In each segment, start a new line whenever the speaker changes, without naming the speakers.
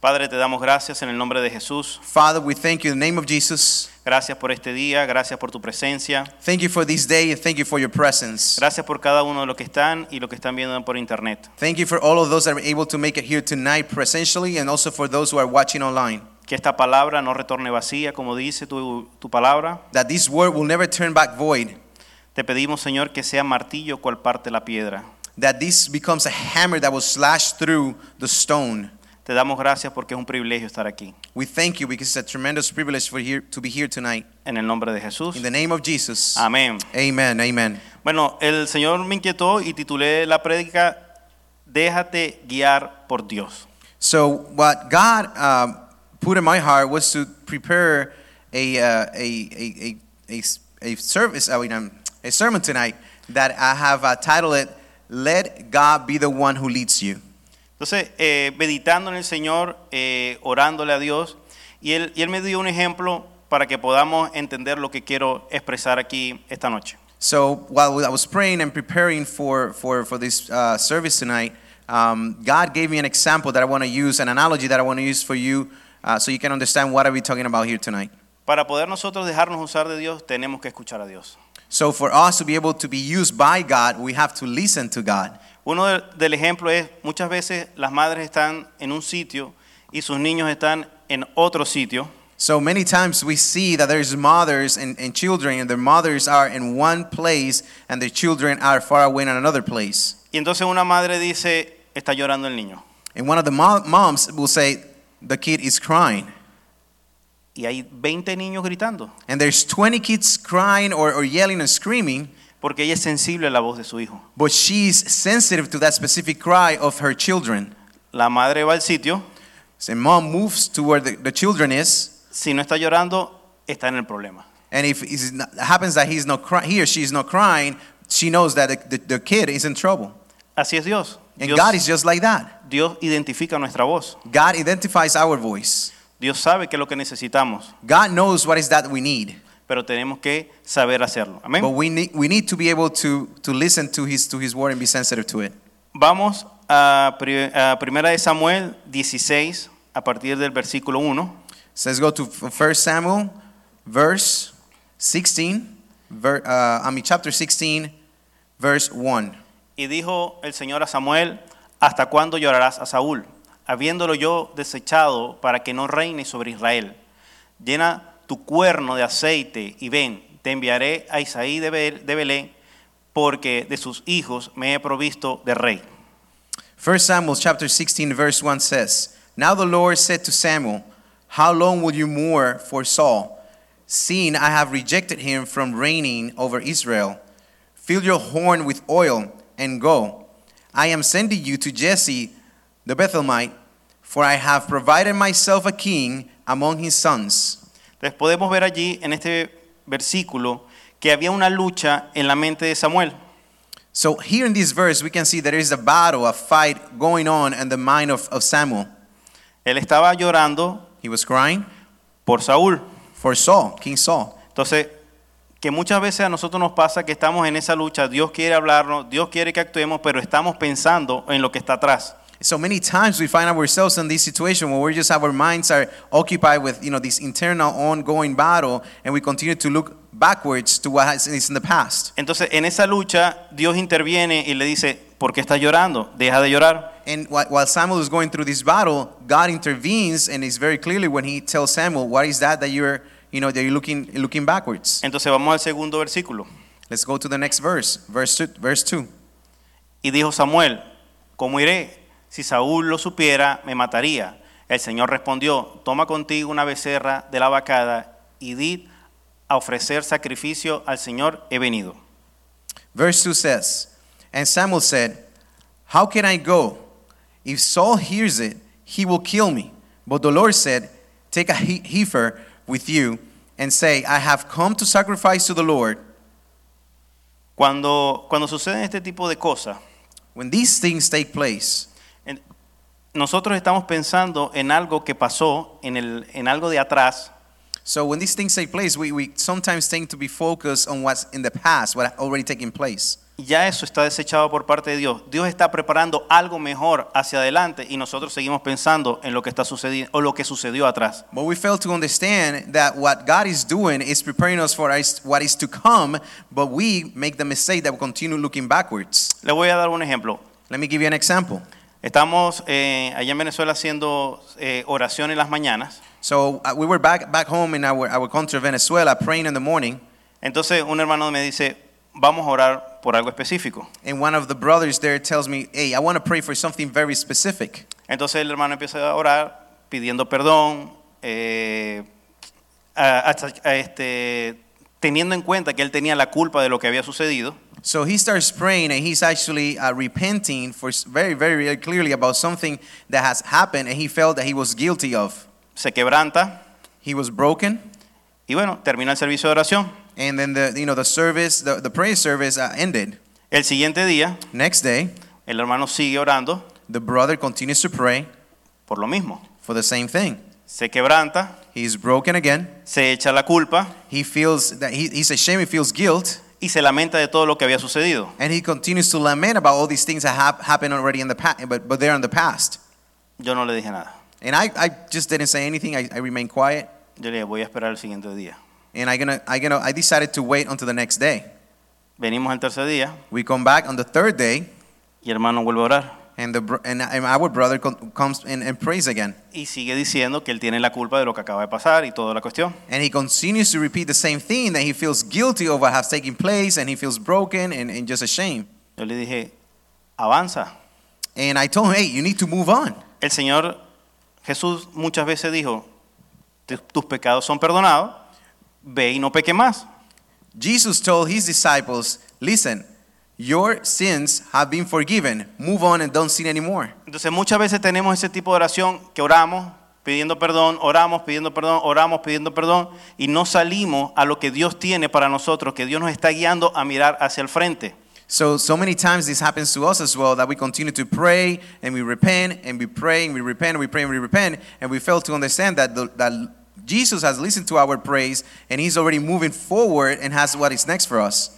Padre, te damos gracias en el nombre de Jesús.
Father, we thank you in the name of Jesus.
Gracias por este día, gracias por tu presencia,
Thank you for this day and thank you for your presence.
gracias por cada uno de los que están y los que están viendo por internet.
Thank you for all of those that are able to make it here tonight presentially and also for those who are watching online.
Que esta palabra no retorne vacía, como dice tu, tu palabra.
That this word will never turn back void.
Te pedimos, Señor, que sea martillo cual parte la piedra.
That this becomes a hammer that will slash through the stone.
Te damos gracias porque es un privilegio estar aquí.
We thank you because it's a tremendous privilege for here to be here tonight.
En el nombre de Jesús.
In the name of Jesus.
Amén.
Amen. Amen.
Bueno, el Señor me inquietó y titulé la prédica Déjate guiar por Dios.
So what God um, put in my heart was to prepare a uh, a, a, a, a, a service. I mean, um, a sermon tonight that I have uh, titled it "Let God Be the One Who Leads You."
Entonces, eh, meditando en el Señor, eh, orándole a Dios, y él, y él me dio un ejemplo para que podamos entender lo que quiero expresar aquí esta noche.
So while I was praying and preparing for for for this uh, service tonight, um, God gave me an example that I want to use, an analogy that I want to use for you, uh, so you can understand what are we talking about here tonight.
Para poder nosotros dejarnos usar de Dios, tenemos que escuchar a Dios.
So for us to be able to be used by God, we have to listen to God.
Uno de- del ejemplo es, muchas veces las madres están en un sitio y sus niños están en otro sitio,
So many times we see that there's mothers and, and children, and their mothers are in one place and their children are far away in another place.
y entonces una madre dice, está llorando el niño.
And one of the mo- moms will say, The kid is crying.
Y hay 20 niños gritando,
And there's 20 kids crying or, or yelling and screaming,
porque ella es sensible a la voz de su hijo.
but she's sensitive to that specific cry of her children.
La madre va al sitio,
So mom moves to where the, the children is,
si no está llorando, está en el problema.
and if it's not- it happens that he's not cry- he or she's not crying, she knows that the, the, the kid is in trouble.
Así es Dios.
And
Dios,
God is just like that.
Dios identifica nuestra voz.
God identifies our voice.
Dios sabe qué es lo que necesitamos,
God knows what is that we need,
pero tenemos que saber hacerlo.
but
Amén.
we need we need to be able to to listen to his to his word and be sensitive to it.
Vamos a, pri- a Primera de Samuel 16, a partir del versículo 1.
So let's go to First Samuel, verse sixteen. Ver, uh, I mean chapter sixteen, verse one.
Y dijo el Señor a Samuel, ¿hasta cuándo llorarás a Saúl? Habiéndolo yo desechado para que no reine sobre Israel. Llena tu cuerno de aceite y ven, te enviaré a Isaí de, Bel- de Belén, porque de sus hijos me he provisto de rey.
First Samuel chapter sixteen, verse one says, "Now the Lord said to Samuel, How long will you mourn for Saul, seeing I have rejected him from reigning over Israel?" Fill your horn with oil and go. I am sending you to Jesse the Bethlehemite, for I have provided myself a king among his sons.
Entonces podemos ver allí en este versículo que había una lucha en la mente de Samuel.
So here in this verse, we can see there is a battle, a fight going on in the mind of, of Samuel.
Él estaba llorando
He was crying
por Saúl.
for Saul, King Saul.
Entonces, que muchas veces a nosotros nos pasa que estamos en esa lucha, Dios quiere hablarnos, Dios quiere que actuemos, pero estamos pensando en lo que está atrás.
So many times we find ourselves in this situation where we just have our minds are occupied with you know this internal ongoing battle, and we continue to look backwards to what has, is in the past.
Entonces, en esa lucha, Dios interviene y le dice, ¿por qué estás llorando? Deja de llorar.
And whi- while Samuel is going through this battle, God intervenes, and it's very clearly when He tells Samuel, "What is that that you're, you know, that you're looking looking backwards?"
Entonces vamos al segundo versículo.
Let's go to the next verse, verse two, verse two.
Y dijo Samuel, ¿cómo iré? Si Saúl lo supiera, me mataría. El Señor respondió, toma contigo una becerra de la vacada y di a ofrecer sacrificio al Señor, he venido.
Verse two says, "And Samuel said, How can I go? If Saul hears it, he will kill me." But the Lord said, "Take a he- heifer with you and say, I have come to sacrifice to the Lord,
Cuando, cuando suceden este tipo de cosas,
when these things take place,
en- nosotros estamos pensando en algo que pasó, en, el, en algo de atrás,
so when these things take place, we, we sometimes tend to be focused on what's in the past, what already taken place.
y ya eso está desechado por parte de Dios. Dios está preparando algo mejor hacia adelante y nosotros seguimos pensando en lo que está sucediendo o lo que sucedió atrás.
But we fail to understand that what God is doing is preparing us for is- what is to come, but we make the mistake that we continue looking backwards.
Les voy a dar un ejemplo.
Let me give you an example.
Estamos eh, allá en Venezuela haciendo eh, oración en las mañanas.
So uh, we were back, back home in our, our country, Venezuela, praying in the morning,
Entonces un hermano me dice, vamos a orar por algo específico.
and one of the brothers there tells me, Hey, I want to pray for something very specific.
Entonces el hermano empieza a orar pidiendo perdón, eh, a- hasta- a este, teniendo en cuenta que él tenía la culpa de lo que había sucedido.
So he starts praying, and he's actually uh, repenting for s- very, very, very clearly about something that has happened, and he felt that he was guilty of.
Se quebranta
He was broken,
y bueno, termina el servicio de oración.
and then the, you know, the service, the, the prayer service uh, ended.
El siguiente día
Next day,
el hermano sigue orando
the brother continues to pray
por lo mismo.
for the same thing.
Se quebranta,
He's broken again.
se echa la culpa
He feels that he, he's ashamed, he feels guilt,
y se lamenta de todo lo que había sucedido.
and he continues to lament about all these things that have happened already in the past, but, but they're in the past.
Yo no le dije nada.
And I, I just didn't say anything. I, I remained quiet,
Yo le dije, voy a esperar el siguiente día.
and I, gonna, I, gonna, I decided to wait until the next day.
Venimos al tercer día
We come back on the third day,
y el hermano vuelve a orar
and, the, br- and, and our brother com- comes and, and prays again.
y sigue diciendo que él tiene la culpa de lo que acaba de pasar y toda la cuestión.
And he continues to repeat the same thing that he feels guilty of what has taken place, and he feels broken and, and just ashamed.
Yo le dije, avanza.
And I told him, hey, you need to move on.
El Señor Jesús muchas veces dijo, "Tu- tus pecados son perdonados, ve y no peque más.
Jesus told his disciples, listen, your sins have been forgiven. Move on and don't sin anymore.
Entonces muchas veces tenemos ese tipo de oración que oramos pidiendo perdón, oramos pidiendo perdón, oramos pidiendo perdón y no salimos a lo que Dios tiene para nosotros, que Dios nos está guiando a mirar hacia el frente.
So, so many times this happens to us as well that we continue to pray and we repent and we pray and we repent and we pray and we repent and we fail to understand that, the, that Jesus has listened to our praise and he's already moving forward and has what is next for us.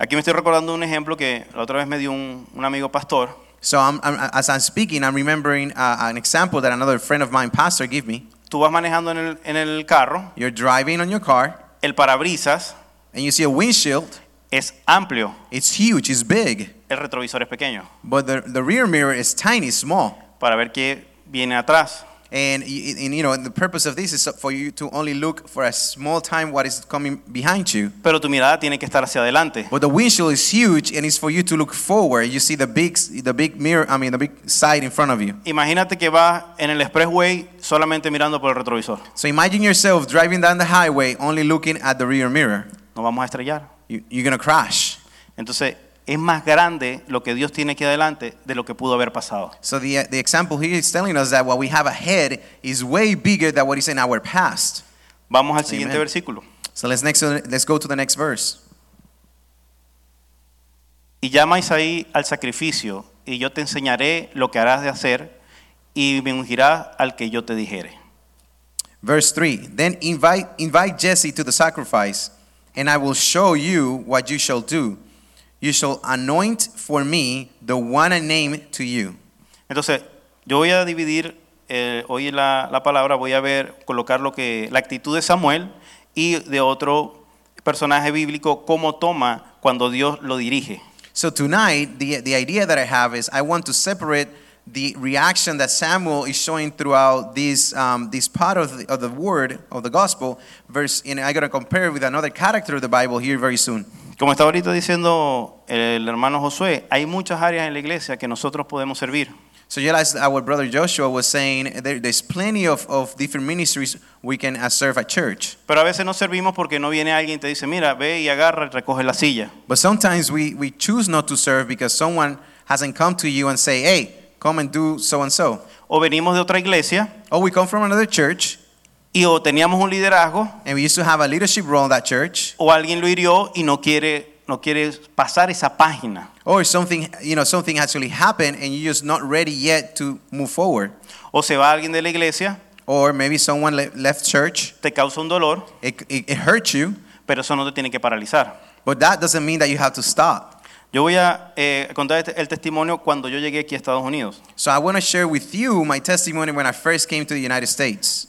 Aquí me estoy recordando un ejemplo que la otra vez me dio un, un amigo pastor.
So I'm, I'm, as I'm speaking, I'm remembering uh, an example that another friend of mine, pastor, gave me.
Tú vas manejando en el, en el carro,
You're driving on your car
el parabrisas
and you see a windshield.
es amplio,
It's huge, it's big.
el retrovisor es pequeño,
But the, the rear mirror is tiny, small.
para ver qué viene atrás.
And, y- and you know, the purpose of this is for you to only look for a small time what is coming behind you.
Pero tu mirada tiene que estar hacia adelante.
But the windshield is huge and it's for you to look forward. You see the big the big mirror, I mean the big side in front of you.
Imagínate que vas en el expressway solamente mirando por el retrovisor.
So imagine yourself driving down the highway only looking at the rear mirror.
Nos vamos a estrellar.
You, you're going to crash.
Entonces, es más grande lo que Dios tiene aquí adelante de lo que pudo haber pasado.
So the the example here is telling us that what we have ahead is way bigger than what is in our past.
Vamos al siguiente
Amen.
versículo.
So let's next let's go to the next verse.
Y llama a Isaí al sacrificio, y yo te enseñaré lo que harás de hacer, y me ungirás al que yo te dijere.
Verse 3 Then invite, invite Jesse to the sacrifice, and I will show you what you shall do. You shall anoint for me the one I name to you.
Entonces, yo voy a dividir eh, hoy la, la palabra, voy a ver, colocar lo que, la actitud de Samuel y de otro personaje bíblico, cómo toma cuando Dios lo dirige.
So tonight, the, the idea that I have is I want to separate the reaction that Samuel is showing throughout this, um, this part of the, of the word of the gospel, verse, and I'm going to compare it with another character of the Bible here very soon.
Como está ahorita diciendo el hermano Josué, hay muchas áreas en la iglesia que nosotros podemos servir.
So you realize our brother Joshua was saying there, there's plenty of, of different ministries we can uh, serve at church.
Pero a veces no servimos porque no viene alguien y te dice, mira, ve y agarra y recoge la silla.
But sometimes we, we choose not to serve because someone hasn't come to you and say, hey, come and do so and so.
O venimos de otra iglesia
Or we come from another church
y o teníamos un liderazgo
And we used to have a leadership role in that church,
o alguien lo hirió y no quiere, no quiere pasar esa página.
or something, you know, something actually happened and you're just not ready yet to move forward.
O se va alguien de la iglesia,
Or maybe someone le- left church,
te causa un dolor,
it, it, it hurt you,
pero eso no te tiene que paralizar.
but that doesn't mean that you have to stop.
Yo voy a eh, contar este- el testimonio cuando yo llegué aquí a Estados Unidos.
So I want to share with you my testimony when I first came to the United States.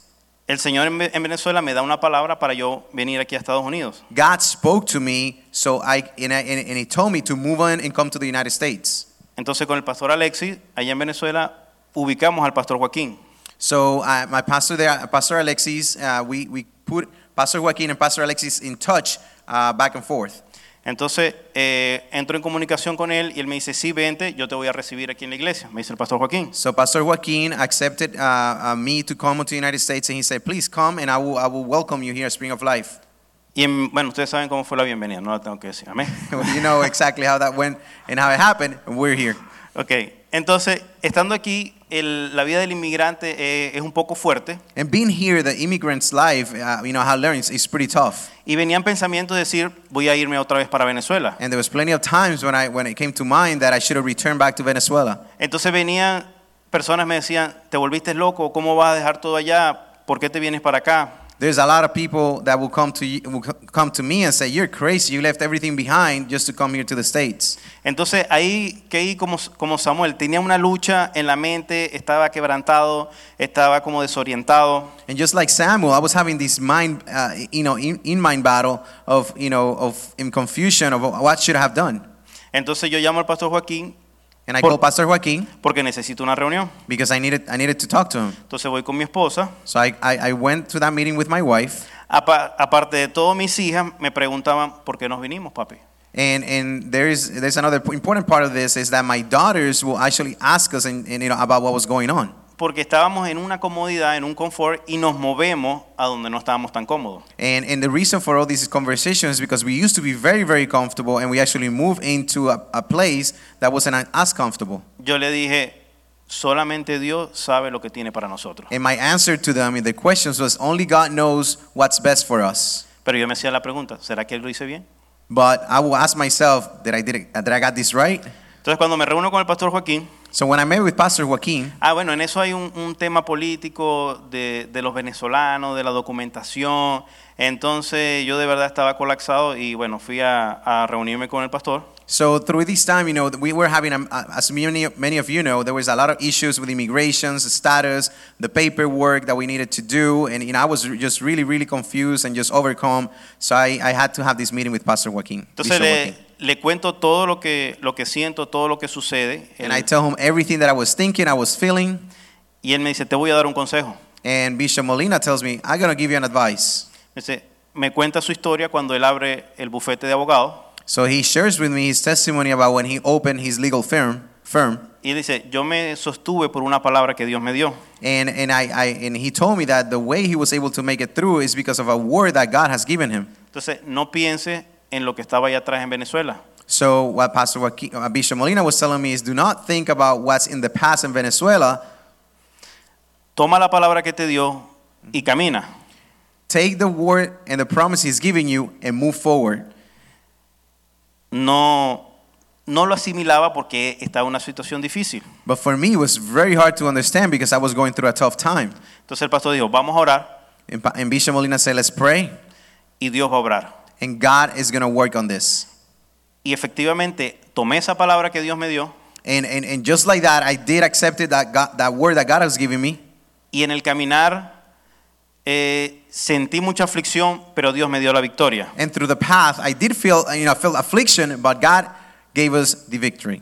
El Señor en Ve- en Venezuela me da una palabra para yo venir aquí a Estados Unidos.
God spoke to me, so I and, I and and He told me to move on and come to the United States.
Entonces con el pastor Alexis, allá en Venezuela, ubicamos al pastor Joaquín.
So uh, my pastor there, Pastor Alexis, uh, we we put Pastor Joaquin and Pastor Alexis in touch uh, back and forth.
Entonces eh, entro en comunicación con él y él me dice, sí, vente, yo te voy a recibir aquí en la iglesia, me dice el pastor Joaquín.
So Pastor Joaquin accepted uh, uh, me to come to the United States, and he said, "Please come, and I will I will welcome you here at Spring of Life."
Y en- bueno, ustedes saben cómo fue la bienvenida, no la tengo que decir, amén.
you know exactly how that went and how it happened, and we're here.
ok, entonces estando aquí, el- la vida del inmigrante eh, es un poco fuerte
And being here, the immigrant's life, uh, you know, how learning is pretty tough.
y venían pensamientos de decir, voy a irme otra vez para Venezuela.
And there was plenty of times when I when it came to mind that I should have returned back to Venezuela.
Entonces venían personas me decían, te volviste loco, ¿cómo vas a dejar todo allá? ¿Por qué te vienes para acá?
There's a lot of people that will come to you, will co- come to me and say, "You're crazy. You left everything behind just to come here to the states."
Entonces ahí Kei como, como Samuel tenía una lucha en la mente, estaba quebrantado, estaba como desorientado.
And just like Samuel, I was having this mind, uh, you know, in, in mind battle of you know of in confusion of what should I have done.
Entonces yo llamo al pastor Joaquín
And I
Por-
called Pastor Joaquin
porque necesito una reunión.
because I needed I needed to talk to him.
Entonces voy con mi esposa.
So I, I, I went to that meeting with my wife,
Apa- aparte de todo, mis hijas me preguntaban por qué nos vinimos, papi.
and and there is there's another important part of this is that my daughters will actually ask us and, and you know about what was going on.
Porque estábamos en una comodidad, en un confort y nos movemos a donde no estábamos tan cómodos.
And, and the reason for all these conversations is because we used to be very, very comfortable and we actually moved into a, a place that wasn't as comfortable.
Yo le dije, solamente Dios sabe lo que tiene para nosotros.
And my answer to them in the questions was only God knows what's best for us.
Pero yo me hacía la pregunta, ¿será que él lo hice bien? Entonces
But I will ask myself, did I, did, it, did I got this right?
cuando me reúno con el pastor Joaquín,
So when I met with Pastor Joaquin,
ah bueno, en eso hay un, un tema político de, de los venezolanos, de la documentación. Entonces yo de verdad estaba colapsado y bueno, fui a, a reunirme con el pastor.
so through this time, you know, we were having, um, uh, as many, many of you know, there was a lot of issues with immigrations, status, the paperwork that we needed to do. And you know, I was just really, really confused and just overcome. So I, I had to have this meeting with Pastor Joaquin.
Entonces
Bishop
le,
Joaquin.
le cuento todo lo que, lo que siento, todo lo que sucede.
And
Él-
I tell him everything that I was thinking, I was feeling.
y él me dice, te voy a dar un consejo.
And Bishop Molina tells me, I'm going to give you an advice.
Me dice, me cuenta su historia cuando él abre el bufete de abogados.
So he shares with me his testimony about when he opened his legal firm, firm,
Y él dice, yo me sostuve por una palabra que Dios me dio.
and and I, I and he told me that the way he was able to make it through is because of a word that God has given him.
Entonces, no piense en lo que estaba allá atrás en Venezuela.
So what Pastor Joaqui- uh, Bishop Molina was telling me is, do not think about what's in the past in Venezuela.
Toma la palabra que te dio
Mm.
y camina.
Take the word and the promise He's giving you and move forward.
No, no lo asimilaba porque estaba en una situación difícil.
But for me, it was very hard to understand because I was going through a tough time.
Entonces el pastor dijo, vamos a orar
And, Pa- and Bishop Molina said, let's pray,
y Dios va a obrar.
and God is going to work on this.
Y efectivamente, tomé esa palabra que Dios me dio
And, and, and just like that, I did accept it, that, God, that word that God has given me.
y en el caminar eh, sentí mucha aflicción, pero Dios me dio la victoria.
And through the path, I did feel, you know, I felt affliction, but God gave us the victory.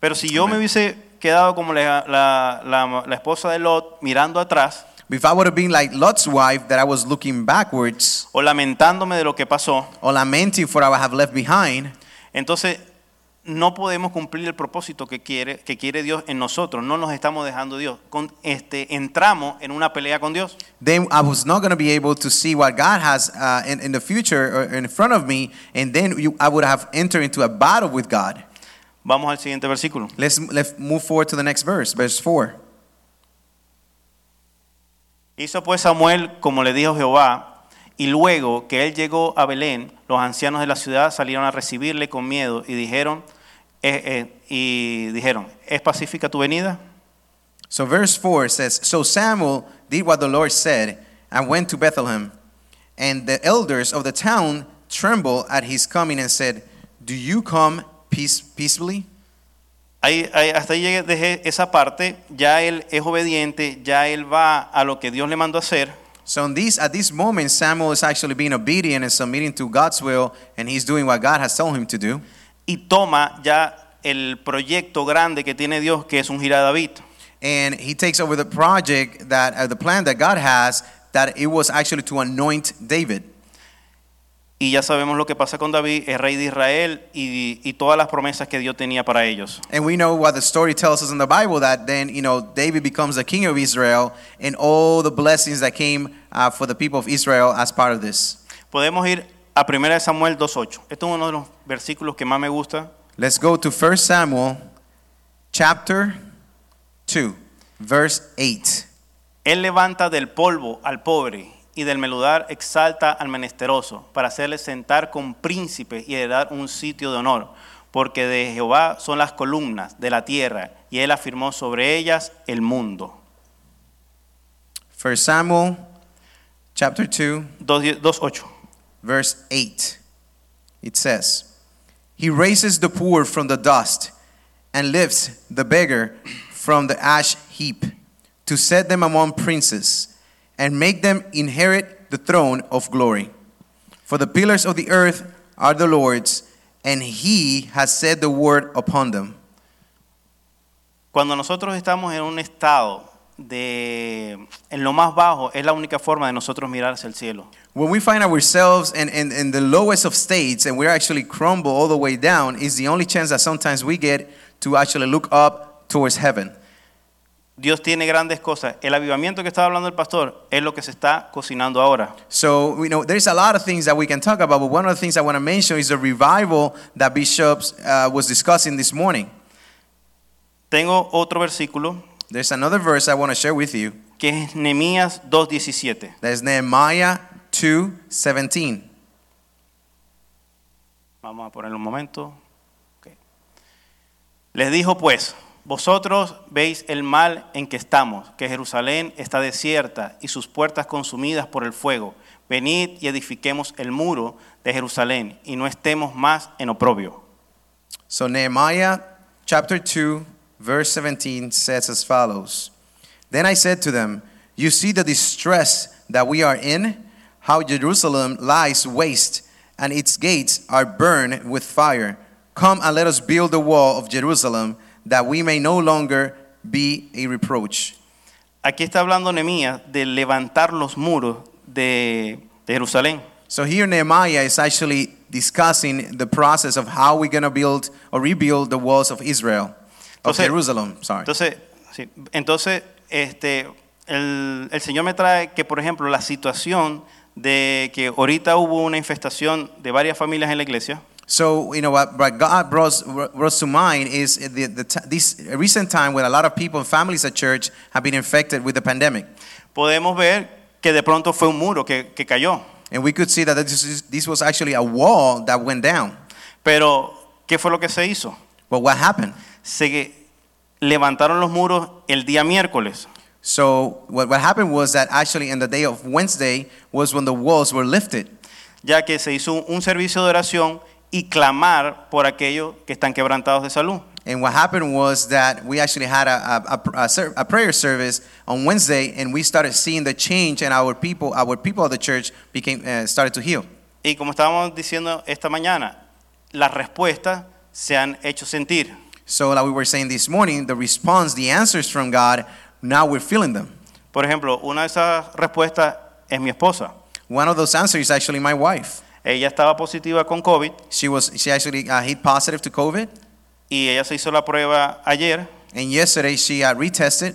Pero si yo
Amén.
me hubiese quedado como la, la- la- la esposa de Lot mirando atrás
If I would have been like Lot's wife, that I was looking backwards
o lamentándome de lo que pasó,
or lamenting for what I have left behind,
entonces no podemos cumplir el propósito que quiere, que quiere Dios en nosotros. No nos estamos dejando Dios. Con- este, entramos en una pelea con Dios.
then I was not going to be able to see what God has uh, in, in the future or in front of me, and then you, I would have entered into a battle with God.
Vamos al siguiente versículo.
Let's, let's move forward to the next verse, verse 4.
Hizo pues Samuel como le dijo Jehová, y luego que él llegó a Belén, los ancianos de la ciudad salieron a recibirle con miedo y dijeron, eh, eh, y dijeron ¿es pacífica tu venida?
So verse 4 says, So Samuel did what the Lord said and went to Bethlehem. And the elders of the town trembled at his coming and said, Do you come peace, peaceably?
Ahí- ahí- hasta ahí llegué, dejé esa parte, ya él es obediente, ya él va a lo que Dios le mandó a hacer,
So in this, at this moment, Samuel is actually being obedient and submitting to God's will, and he's doing what God has told him to do.
y toma ya el proyecto grande que tiene Dios, que es ungir a David.
And he takes over the project that, uh, the plan that God has, that it was actually to anoint David.
Y ya sabemos lo que pasa con David, es rey de Israel y, y todas las promesas que Dios tenía para ellos.
And we know what the story tells us in the Bible that then, you know, David becomes the king of Israel and all the blessings that came uh, for the people of Israel as part of this.
Podemos ir a 1 de Samuel 2.8. Este es uno de los versículos que más me gusta.
Let's go to 1 Samuel chapter 2, verse 8.
Él levanta del polvo al pobre y del meludar exalta al menesteroso para hacerle sentar con príncipes y heredar un sitio de honor. Porque de Jehová son las columnas de la tierra y él afirmó sobre ellas el mundo.
1 Samuel chapter 2,
2.10 2.8.
verse 8. It says, He raises the poor from the dust and lifts the beggar from the ash heap to set them among princes and make them inherit the throne of glory. For the pillars of the earth are the Lord's, and He has said the word upon them.
Cuando nosotros estamos en un estado de en lo más bajo es la única forma de nosotros mirar hacia el cielo.
When we find ourselves in, in, in the lowest of states and we actually crumble all the way down, is the only chance that sometimes we get to actually look up towards heaven.
Dios tiene grandes cosas. El avivamiento que estaba hablando el pastor es lo que se está cocinando ahora.
So, you know, there's a lot of things that we can talk about, but one of the things I want to mention is the revival that Bishops uh, was discussing this morning.
Tengo otro versículo
There's another verse I want to share with you.
que es Nehemías 2:17.
That's Nehemiah 2:17.
Vamos a ponerlo un momento. Ok. Les dijo pues, vosotros veis el mal en que estamos, que Jerusalén está desierta y sus puertas consumidas por el fuego. Venid y edifiquemos el muro de Jerusalén y no estemos más en oprobio.
So Nehemiah chapter 2 verse 17 says as follows. Then I said to them, you see the distress that we are in, how Jerusalem lies waste and its gates are burned with fire. Come and let us build the wall of Jerusalem that we may no longer be a reproach.
Aquí está hablando Nehemías de levantar los muros de, de Jerusalén.
So here Nehemiah is actually discussing the process of how we're going to build or rebuild the walls of Israel of
Entonces-
Jerusalem, sorry.
Entonces, sí, entonces este, el, el Señor me trae que, por ejemplo, la situación de que ahorita hubo una infestación de varias familias en la iglesia,
So you know what, what God brought, brought to mind is the, the t- this recent time when a lot of people and families at church have been infected with the pandemic,
podemos ver que de pronto fue un muro que, que cayó.
and we could see that this, is, this was actually a wall that went down.
Pero, ¿qué fue lo que se hizo?
But what happened?
Se levantaron los muros el día miércoles.
So what, what happened was that actually in the day of Wednesday was when the walls were lifted.
ya que se hizo un servicio de oración y clamar por aquellos que están quebrantados de salud.
And what happened was that we actually had a, a, a pr- a, ser- a prayer service on Wednesday, and we started seeing the change, and our people, our people of the church became uh, started to heal.
Y como estábamos diciendo esta mañana, las respuestas se han hecho sentir.
So, like we were saying this morning, the response, the answers from God, now we're feeling them.
Por ejemplo, una de esas respuestas es mi esposa.
One of those answers is actually my wife.
Ella estaba positiva con COVID
She was she actually uh, hit positive to COVID,
y ella se hizo la prueba ayer
and yesterday she uh, retested,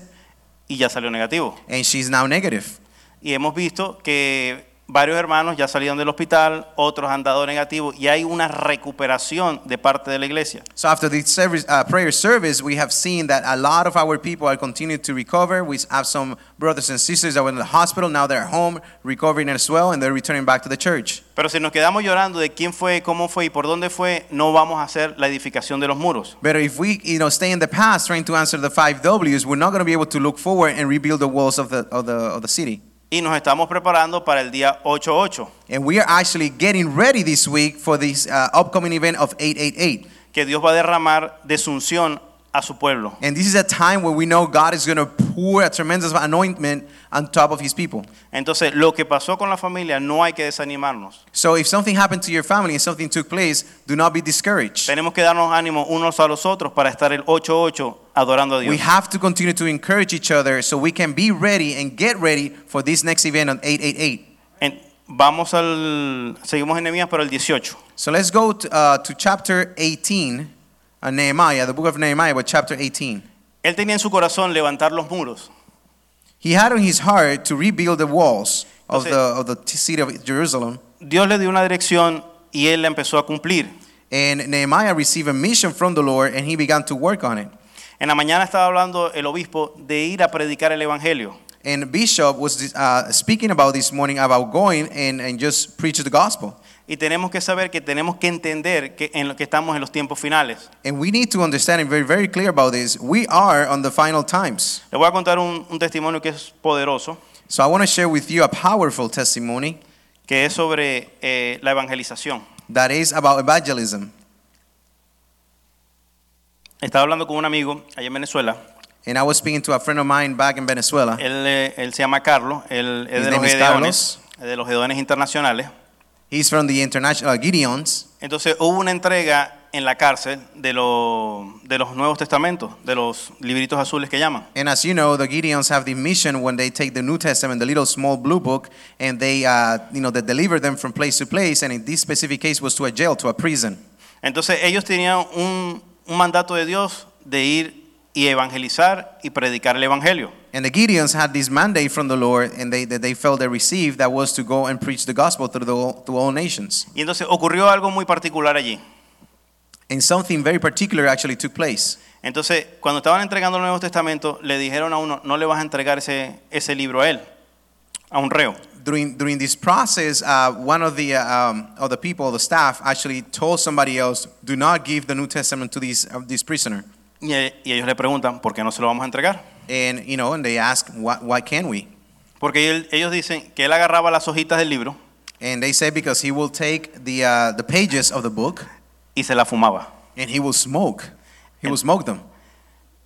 y ya salió negativo.
and she's now negative.
Y hemos visto que Varios hermanos ya salieron del hospital, otros han dado negativo y hay una recuperación de parte de la iglesia.
So after the service, uh, prayer service, we have seen that a lot of our people are continuing to recover. We have some brothers and sisters that were in the hospital, now they're at home recovering as well, and they're returning back to the church.
Pero si nos quedamos llorando de quién fue, cómo fue y por dónde fue, no vamos a hacer la edificación de los muros.
But if we, you know, stay in the past trying to answer the five Ws, we're not going to be able to look forward and rebuild the walls of the of the of the city.
Y nos estamos preparando para el día 8-8,
And we are actually getting ready this week for this uh, upcoming event of 888.
que Dios va a derramar de su unción a su pueblo.
And this is a time where we know God is going to pour a tremendous anointment on top of His people.
Entonces, lo que pasó con la familia no hay que desanimarnos.
So if something happened to your family and something took place, do not be discouraged.
Tenemos que darnos ánimo unos a los otros para estar el 8-8 adorando a Dios.
We have to continue to encourage each other so we can be ready and get ready for this next event on 888.
En- vamos al. Seguimos en Nehemías, pero el 18.
So let's go to, uh, to chapter 18, uh, Nehemiah, the book of Nehemiah, but chapter 18.
Él tenía en su corazón levantar los muros.
He had on his heart to rebuild the walls of
Entonces-
the, of the t- city of Jerusalem.
Dios le dio una dirección y él la empezó a cumplir.
And Nehemiah received a mission from the Lord and he began to work on it.
En la mañana estaba hablando el obispo de ir a predicar el evangelio.
And Bishop was uh, speaking about this morning about going and, and just preach the gospel.
Y tenemos que saber que tenemos que entender que en lo que estamos en los tiempos finales.
And we need to understand and very, very clear about this. We are on the final times.
Les voy a contar un, un testimonio que es poderoso,
So I want to share with you a powerful testimony
que es sobre eh, la evangelización.
that is about evangelism.
Estaba hablando con un amigo allá en Venezuela.
And I was speaking to a friend of mine back in Venezuela.
Él, eh, él se llama Carlos, él es
His
de los
name is
Gedeones, de los Gedeones internacionales.
He's from the International uh, Gideons.
Entonces hubo una entrega en la cárcel de, lo- de los Nuevos Testamentos, de los libritos azules que llaman.
And as you know, the Gideons have the mission when they take the New Testament, the little small blue book, and they, uh, you know, they deliver them from place to place. And in this specific case, was to a jail, to a prison.
Entonces ellos tenían un, un mandato de Dios de ir y evangelizar y predicar el Evangelio.
And the Gideons had this mandate from the Lord, and they that they felt they received that was to go and preach the gospel through the all, to all nations.
Y entonces ocurrió algo muy particular allí.
And something very particular actually took place.
Entonces, cuando estaban entregando el Nuevo Testamento, le dijeron a uno, no le vas a entregar ese, ese libro a él, a un reo.
During during this process, uh, one of the uh, um, of the people, the staff, actually told somebody else, "Do not give the New Testament to this uh, this prisoner."
Y, eh, y ellos le preguntan, ¿por qué no se lo vamos a entregar?
And you know, and they asked, "Why, why can we?"
Porque él- ellos dicen que él agarraba las hojitas del libro
And they said, "Because he will take the uh, the pages of the book
y se la fumaba.
and he will smoke. He will smoke them."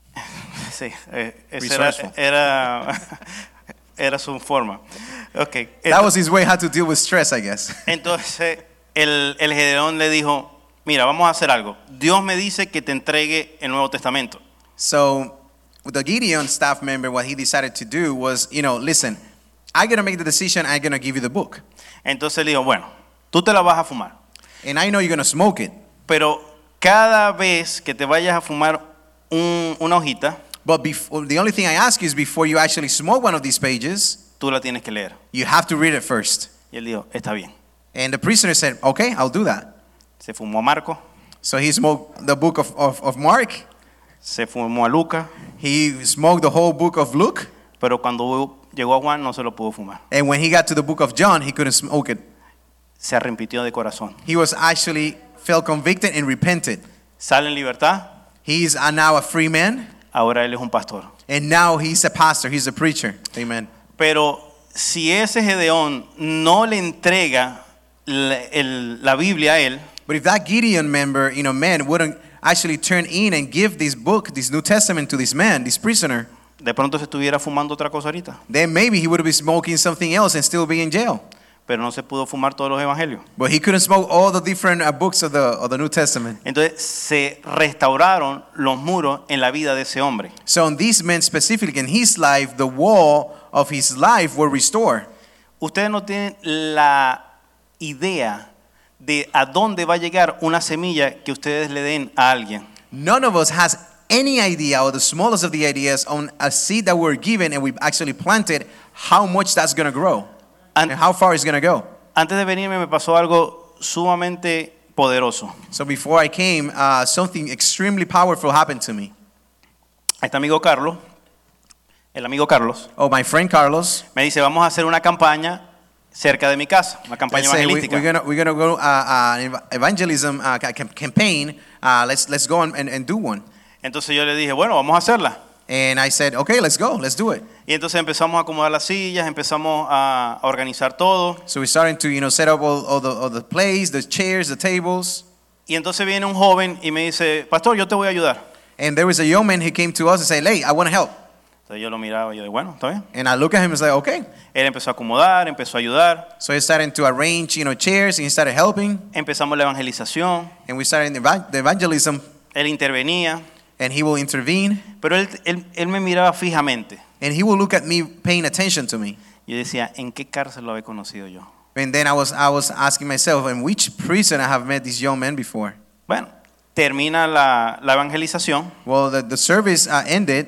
Sí, eh, esa era,
Resourceful.
era, era su forma. Ok,
That was his way how to deal with stress, I guess.
Entonces el, el Gedeón le dijo, mira, vamos a hacer algo. Dios me dice que te entregue el Nuevo Testamento.
So the Gideon staff member, what he decided to do was, you know, listen, I'm gonna make the decision. I'm gonna give you the book,
Entonces le dijo, bueno, tú te la vas a fumar,
and I know you're gonna smoke it.
pero cada vez que te vayas a fumar un- una hojita,
But before, the only thing I ask you is before you actually smoke one of these pages,
tú la tienes que leer.
you have to read it first.
Y él dijo, está bien.
And the prisoner said, okay, I'll do that.
Se fumó a Marco,
So he smoked the book of, of, of Mark.
se fumó a Lucas,
He smoked the whole book of Luke.
pero cuando llegó a Juan no se lo pudo fumar.
And when he got to the book of John, he couldn't smoke it.
Se arrepintió de corazón.
He was actually felt convicted and repented.
Sale en libertad,
He is uh, now a free man,
ahora él es un pastor.
and now he's a pastor. He's a preacher. Amen.
Pero si ese Gedeón no le entrega la, el- la Biblia a él,
But if that Gideon member, you know, man, wouldn't actually turn in and give this book, this New Testament, to this man, this prisoner,
de pronto se estuviera fumando otra cosa ahorita,
then maybe he would be smoking something else and still be in jail.
pero no se pudo fumar todos los evangelios.
But he couldn't smoke all the different uh, books of the of the New Testament.
Entonces se restauraron los muros en la vida de ese hombre.
So on this man specifically, in his life, the wall of his life were restored.
Ustedes no tienen la idea de a dónde va a llegar una semilla que ustedes le den a alguien.
None of us has any idea or the smallest of the ideas on a seed that we're given and we've actually planted how much that's going to grow. and how far he's going to go.
Antes de venirme me pasó algo sumamente poderoso.
So before I came, uh, something extremely powerful happened to me.
Este amigo Carlos, el amigo Carlos,
Oh, my friend Carlos
me dice, vamos a hacer una campaña cerca de mi casa, una
I
campaña
say, we,
evangelística.
are gonna we're gonna go uh, uh, an ev- evangelism uh, ca- cam- campaign. Uh, let's let's go and, and, and do one.
Entonces yo le dije, bueno, vamos a hacerla.
And I said, okay, let's go, let's do it.
Y entonces empezamos a acomodar las sillas, empezamos a, a organizar todo.
So we started to you know set up all, all the all the plays, the chairs, the tables.
Y entonces viene un joven y me dice, pastor, yo te voy a ayudar.
And there was a young man who came to us and said, hey, I want to help.
Entonces yo lo miraba y yo, bueno, está bien.
And I look at him and say, okay.
Él empezó a acomodar, empezó a ayudar,
So he started to arrange you know chairs and he started helping.
empezamos la evangelización,
And we started the evan- the evangelism.
él intervenía,
And he will intervene.
pero él, él, él me miraba fijamente.
And he will look at me, paying attention to me.
Yo decía, ¿en qué cárcel lo había conocido yo?
And then I was I was asking myself, in which prison I have met this young man before.
Bueno, termina la, la evangelización
Well, the, the service uh, ended,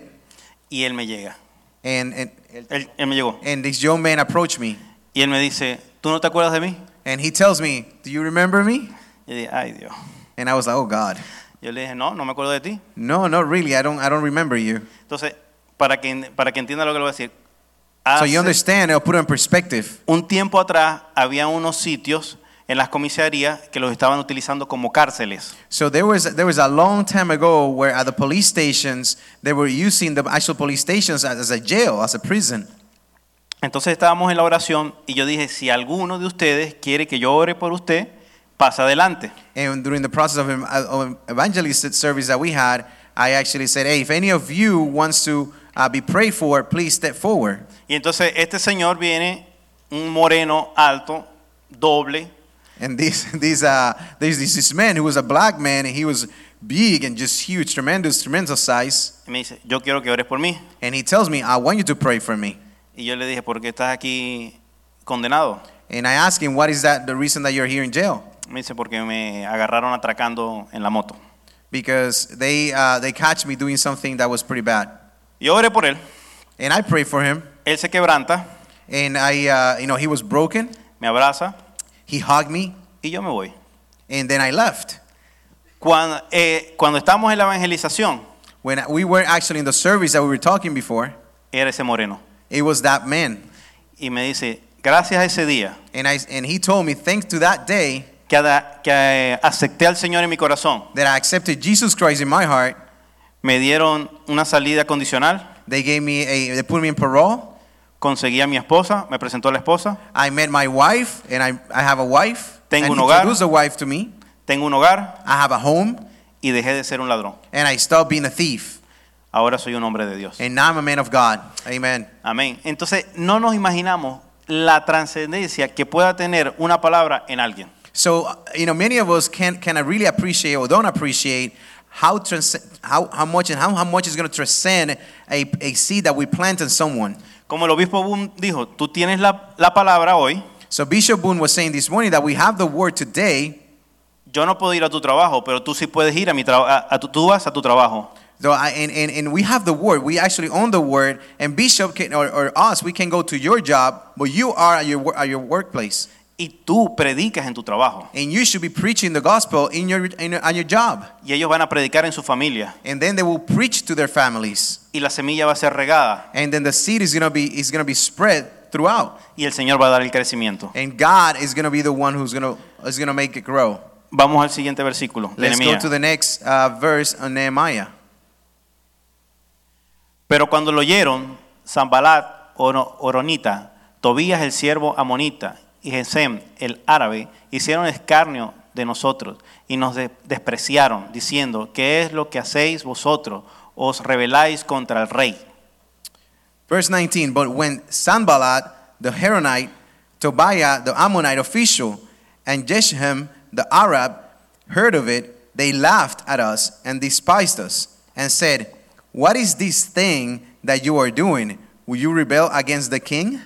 y él me llega.
and, and
Él, él me llegó.
and this young man approached me,
Y él me dice, ¿tú no te acuerdas de mí?
and he tells me, "Do you remember me?"
Y dije, ay Dios.
And I was like, "Oh God,
Yo le dije, no, no me acuerdo de ti.
no, not really. I don't I don't remember you."
Entonces, para que, para que entienda lo que le voy a decir.
So
Hace
you understand? I'll put it in perspective.
un tiempo atrás había unos sitios en las comisarías que los estaban utilizando como cárceles.
So there was there was a long time ago where at the police stations they were using the actual police stations as, as a jail, as a prison.
Entonces estábamos en la oración y yo dije, si alguno de ustedes quiere que yo ore por usted, pasa adelante.
And during the process of, em- of evangelist service that we had, I actually said, "Hey, if any of you wants to uh, be prayed for, please step forward."
Y entonces este señor viene, un moreno alto, doble,
And these, these, uh, there's this, this man who was a black man, and he was big and just huge, tremendous, tremendous size.
y me dice, yo quiero que ores por mí.
And he tells me, I want you to pray for me.
Y yo le dije, ¿por qué estás aquí condenado?
And I ask him, What is that, the reason that you're here in jail?
Me dice, porque me agarraron atracando en la moto.
Because they, uh, they catch me doing something that was pretty bad.
Yo oré por él,
And I pray for him,
él se quebranta,
and I, uh, you know, he was broken.
me abraza
He hugged me,
y yo me voy.
and then I left.
Cuando, eh, cuando estamos en la evangelización,
When we were actually in the service that we were talking before,
era ese moreno.
it was that man.
Y me dice, gracias a ese día
And, I, and he told me, thanks to that day
que, ada- que, eh, acepté al Señor en mi corazón,
that I accepted Jesus Christ in my heart,
me dieron una salida condicional,
They gave me a, they put me in parole.
conseguí a mi esposa, me presentó a la esposa,
I met my wife, and I, I have a wife.
Tengo
and
un hogar.
introduced a wife to me.
tengo un hogar
I have a home,
y dejé de ser un ladrón.
and I stopped being a thief.
Ahora soy un hombre de Dios.
And now I'm a man of God. Amen.
Amén. Entonces, no nos imaginamos la trascendencia que pueda tener una palabra en alguien.
So uh, you know, many of us can can really appreciate or don't appreciate how trans- how how much and how, how much is going to transcend a, a seed that we plant in someone.
Como el obispo Boom dijo, tú tienes la, la palabra hoy,
So Bishop Boone was saying this morning that we have the word today.
yo no puedo ir a tu trabajo, pero tú sí puedes ir a mi trabajo, a, a tu- tú vas a tu trabajo.
So I, and, and, and we have the word. We actually own the word. And Bishop can, or, or us, we can go to your job, but you are at your, wor- at your workplace.
Y tú predicas en tu trabajo.
And you should be preaching the gospel in your, in your, on your job.
Y ellos van a predicar en su familia.
And then they will preach to their families.
Y la semilla va a ser regada.
And then the seed is going to be is going to be spread throughout.
Y el Señor va a dar el crecimiento.
And God is going to be the one who's going to is going to make it grow.
Vamos al siguiente versículo. de
Let's go
Nehemías.
to the next uh, verse on Nehemiah.
Pero cuando lo oyeron, Zambalat, Oro- Oronita, Tobías el siervo amonita y Gesem el árabe hicieron escarnio de nosotros y nos de- despreciaron, diciendo, ¿qué es lo que hacéis vosotros? Os rebeláis contra el rey.
Verse 19, but when Sanballat the Heronite, Tobiah the Ammonite official, and Jeshem the Arab heard of it, they laughed at us and despised us and said, What is this thing that you are doing? Will you rebel against the king?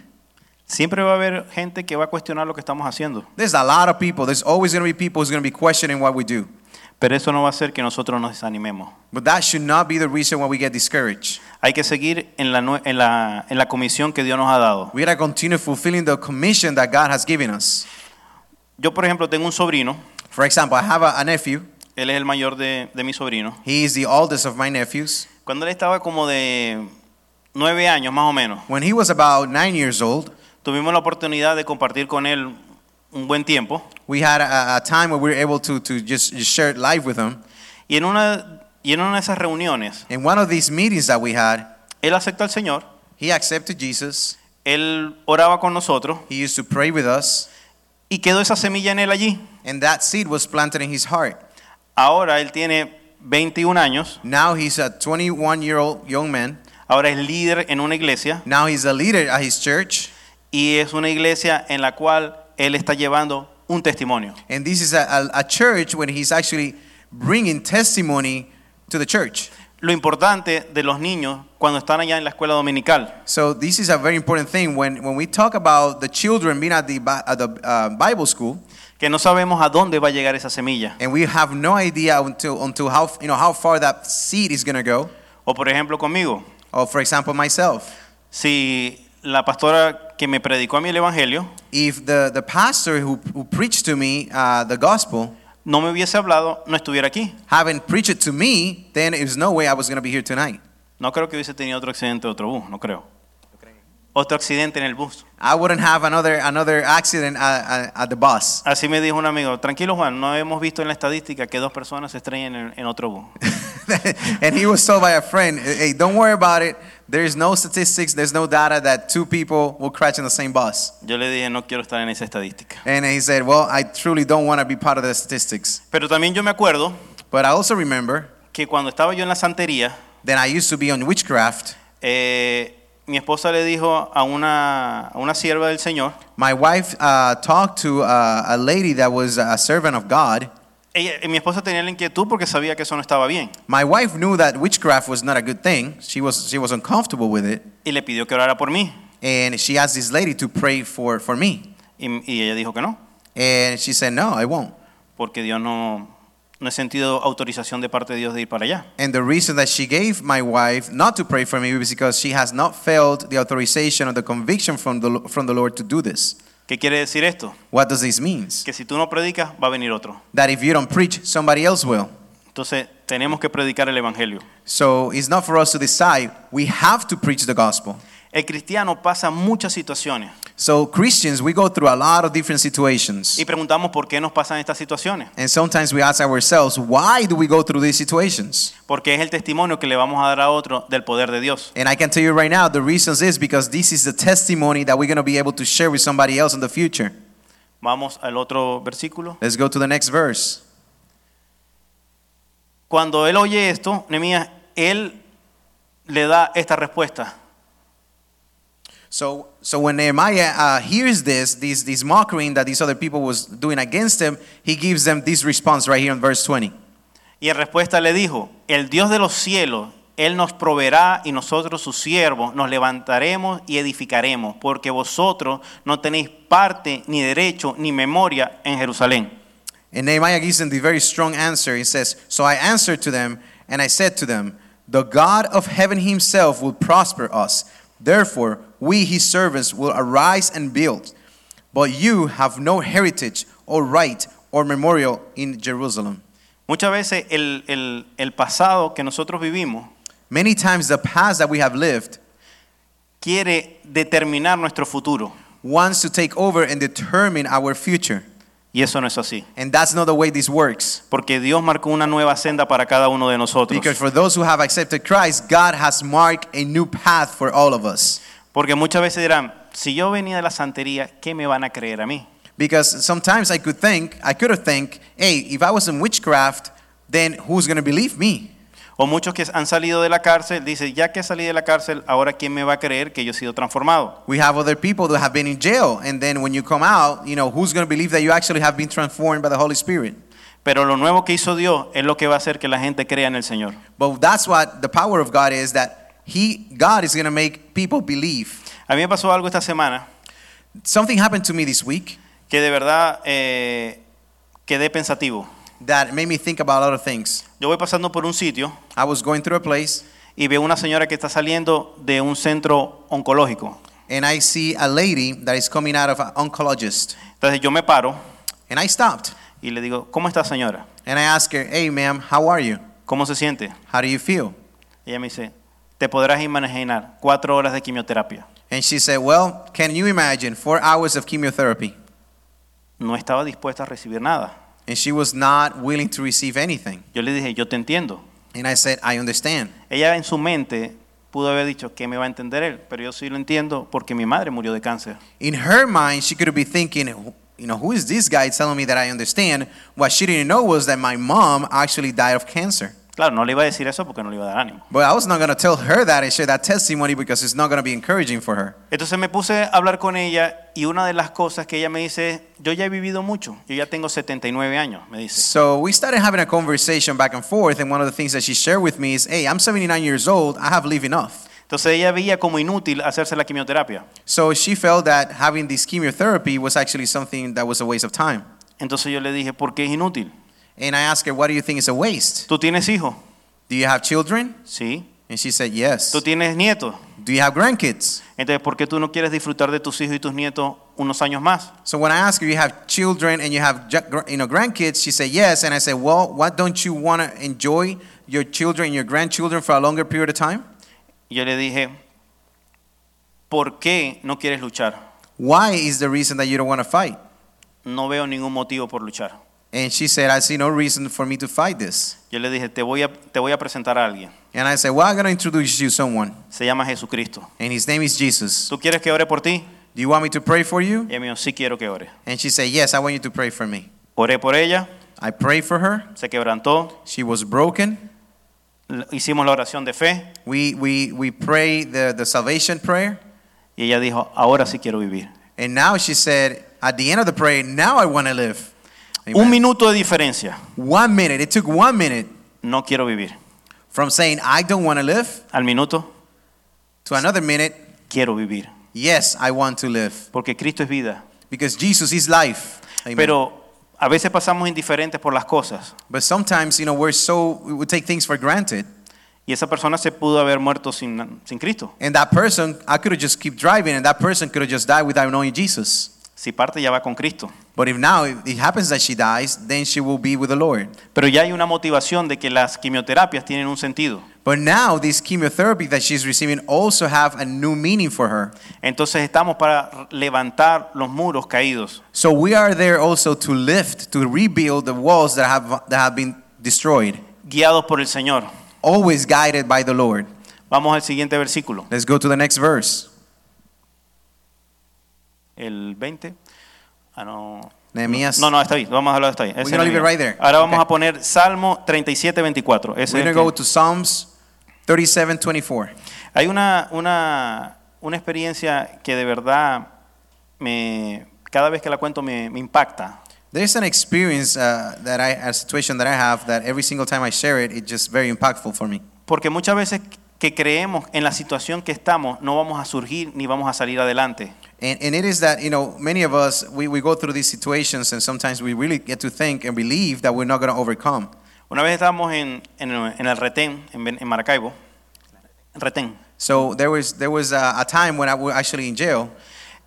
Siempre va a haber gente que va a cuestionar lo que estamos haciendo,
There's a lot of people. There's always going to be people who's going to be questioning what we do.
Pero eso no va a hacer que nosotros nos desanimemos.
But that should not be the reason why we get discouraged.
Hay que seguir en la, nue- en la, en la comisión que Dios nos ha dado.
We gotta continue fulfilling the commission that God has given us.
Yo, por ejemplo, tengo un sobrino.
For example, I have a, a nephew.
Él es el mayor de, de mi sobrino.
He is the oldest of my nephews.
Cuando él estaba como de nueve años más o menos,
When he was about nine years old,
tuvimos la oportunidad de compartir con él un buen tiempo.
we had a, a time where we were able to, to just, just share life with him.
Y en, una, y en una de esas reuniones,
In one of these meetings that we had,
él aceptó al Señor,
he accepted Jesus.
él oraba con nosotros
He used to pray with us,
y quedó esa semilla en él allí.
and that seed was planted in his heart.
Ahora él tiene 21 años,
Now he's a 21 year old young man.
ahora es líder en una iglesia
Now he's a leader at his church,
y es una iglesia en la cual él está llevando un testimonio.
and this is a, a, a church when he's actually bringing testimony to the church.
Lo importante de los niños cuando están allá en la escuela dominical,
So this is a very important thing when, when we talk about the children being at the, Bi- at the uh, Bible school,
que no sabemos a dónde va a llegar esa semilla.
and we have no idea until until how you know how far that seed is gonna go.
O por ejemplo conmigo,
Or for example, myself,
si la pastora que me predicó a mí el Evangelio
if the, the pastor who, who preached to me uh, the gospel
no me hubiese hablado, no estuviera aquí.
haven't preached it to me, then there's no way I was gonna be here tonight.
No creo que hubiese tenido otro accidente de otro bus, no creo. Otro accidente en el bus.
I wouldn't have another another accident at, at- at the bus.
Así me dijo un amigo, tranquilo Juan, no hemos visto en la estadística que dos personas se estrellen en, en otro bus.
and he was told by a friend, "Hey, don't worry about it. There's no statistics. There's no data that two people will crash in the same bus."
Yo le dije, no quiero estar en esa estadística.
And he said, Well, I truly don't want to be part of the statistics.
Pero también yo me acuerdo
But I also remember
que cuando estaba yo en la santería,
that I used to be on witchcraft.
eh, mi esposa le dijo a una, a una sierva del Señor,
My wife uh, talked to uh, a lady that was a servant of God.
ella- mi esposa tenía la inquietud porque sabía que eso no estaba bien
My wife knew that witchcraft was not a good thing. She was, she was uncomfortable with it.
y le pidió que orara por mí.
And she asked this lady to pray for, for me.
Y, y ella dijo que no,
And she said, No, I won't.
porque Dios no, no he sentido autorización de parte de Dios de ir para allá.
And the reason that she gave my wife not to pray for me was because she has not felt the authorization or the conviction from the, from the Lord to do this.
¿Qué quiere decir esto?
What does this mean?
Que si tú no predicas, va a venir otro.
That if you don't preach, somebody else will.
Entonces, tenemos que predicar el Evangelio.
So it's not for us to decide. We have to preach the gospel.
El cristiano pasa muchas situaciones
So Christians, we go through a lot of different situations.
y preguntamos por qué nos pasan estas situaciones,
And sometimes we ask ourselves, why do we go through these situations?
porque es el testimonio que le vamos a dar a otro del poder de Dios.
And I can tell you right now, the reasons is because this is the testimony that we're going to be able to share with somebody else in the future.
Vamos al otro versículo.
Let's go to the next verse.
Cuando él oye esto, Nehemías, él le da esta respuesta.
So, so when Nehemiah uh, hears this, this, this mockery that these other people was doing against him, he gives them this response right here in verse 20.
Y en respuesta le dijo, el Dios de los cielos, Él nos proveerá y nosotros sus siervos nos levantaremos y edificaremos, porque vosotros no tenéis parte, ni derecho, ni memoria en Jerusalén.
And Nehemiah gives them the very strong answer. He says, So I answered to them, and I said to them, The God of heaven himself will prosper us. Therefore, we, his servants, will arise and build. But you have no heritage or right or memorial in Jerusalem.
Muchas veces el, el- el pasado que nosotros vivimos
Many times the past that we have lived
quiere determinar nuestro futuro,
wants to take over and determine our future.
y eso no es así,
And that's not the way this works.
porque Dios marcó una nueva senda para cada uno de nosotros.
Because for those who have accepted Christ, God has marked a new path for all of us.
Porque muchas veces dirán, si yo venía de la santería, ¿qué me van a creer a mí?
Because sometimes I could think, I could have think, hey, if I was in witchcraft, then who's gonna believe me?
O muchos que han salido de la cárcel dicen, ya que salí de la cárcel, ahora quién me va a creer que yo he sido transformado.
We have other people that have been in jail, and then when you come out, you know, who's gonna believe that you actually have been transformed by the Holy Spirit?
Pero lo nuevo que hizo Dios es lo que va a hacer que la gente crea en el Señor.
But that's what the power of God is that He, God is gonna make people believe.
A mí me pasó algo esta semana
Something happened to me this week
que de verdad eh, quedé pensativo.
that made me think about a lot of things.
Yo voy pasando por un sitio
I was going through a place
y veo una señora que está saliendo de un centro oncológico.
and I see a lady that is coming out of an oncologist.
Entonces yo me paro
And I stopped
y le digo, ¿cómo está señora?
and I asked her, Hey, ma'am, how are you?
¿Cómo se siente?
How do you feel?
Ella me dice, te podrás imaginar cuatro horas de quimioterapia.
And she said, Well, can you imagine four hours of chemotherapy?
No estaba dispuesta a recibir nada.
And she was not willing to receive anything.
Yo le dije, yo te entiendo.
And I said, I understand.
Ella en su mente pudo haber dicho que me va a entender él, pero yo sí lo entiendo porque mi madre murió de cáncer.
In her mind, she could be thinking, "Who- you know, who is this guy telling me that I understand? What she didn't know was that my mom actually died of cancer.
Claro, no le iba a decir eso porque no le iba a dar ánimo.
But I was not going to tell her that and share that testimony because it's not going to be encouraging for her.
Entonces me puse a hablar con ella y una de las cosas que ella me dice es, yo ya he vivido mucho, yo ya tengo 79 años, me dice.
So we started having a conversation back and forth, and one of the things that she shared with me is, hey, I'm 79 years old, I have lived enough.
Entonces ella veía como inútil hacerse la quimioterapia.
So she felt that having this chemotherapy was actually something that was a waste of time.
Entonces yo le dije, ¿por qué es inútil?
And I asked her, what do you think is a waste?
¿Tú tienes hijos?
Do you have children?
Sí.
And she said, yes.
¿Tú tienes nietos?
Do you have grandkids?
Entonces, ¿por qué tú no quieres disfrutar de tus hijos y tus nietos unos años más?
So when I asked her, you have children and you have ju- gr- you know grandkids, she said yes, and I said, well, why don't you want to enjoy your children and your grandchildren for a longer period of time?
Y yo le dije, ¿por qué no quieres luchar?
Why is the reason that you don't want to fight?
No veo ningún motivo por luchar.
And she said, I see no reason for me to fight this.
Yo le dije, te voy a, te voy a presentar a alguien.
And I said, well, I'm gonna introduce you to someone,
Se llama Jesucristo.
and his name is Jesus.
¿Tú quieres que ore por ti?
Do you want me to pray for you?
Y ella me dijo, sí quiero que ore.
And she said, yes, I want you to pray for me.
Oré por ella,
I prayed for her.
se quebrantó,
She was broken.
l- hicimos la oración de fe
We we we pray the the salvation prayer,
y ella dijo, ahora sí quiero vivir.
and now she said, at the end of the prayer, now I want to live.
Un
Amen.
minuto de diferencia,
One minute. It took one minute
no quiero vivir.
from saying, I don't want to live,
Al minuto,
to another minute,
quiero vivir.
yes, I want to live.
Porque Cristo es vida.
Because Jesus is life. Amen.
Pero a veces pasamos indiferentes por las cosas.
but sometimes, you know, we're so, we take things for granted.
Y esa persona se pudo haber muerto sin, sin Cristo.
And that person, I could have just keep driving, and that person could have just died without knowing Jesus.
Si parte ya va con Cristo.
But if now it it happens that she dies, then she will be with the Lord.
Pero ya hay una motivación de que las quimioterapias tienen un sentido.
But now this chemotherapy that she's receiving also have a new meaning for her.
Entonces estamos para levantar los muros caídos.
So we are there also to lift, to rebuild the walls that have that have been destroyed.
guiados por el Señor.
always guided by the Lord.
Vamos al siguiente versículo,
Let's go to the next verse.
el 20. Ah, no.
Nehemías.
No, no, está ahí. Vamos a hablar de ahí.
We're gonna leave it right there.
Ahora vamos
Okay.
a poner Salmo 37, 24. Ese
We're
es
going to
el
go
que-
to Psalms 37 24.
Hay una, una, una experiencia que de verdad me, cada vez que la cuento me, me impacta.
There's an experience uh, that I, a situation that I have that every single time I share it, it's just very impactful for me.
Porque muchas veces que creemos en la situación que estamos, no vamos a surgir ni vamos a salir adelante.
And, and it is that, you know, many of us, we, we go through these situations and sometimes we really get to think and believe that we're not going to overcome.
Una vez estábamos en, en el- en el retén, en, Ben- en Maracaibo. Retén.
So there was, there was a, a time when I was actually in jail.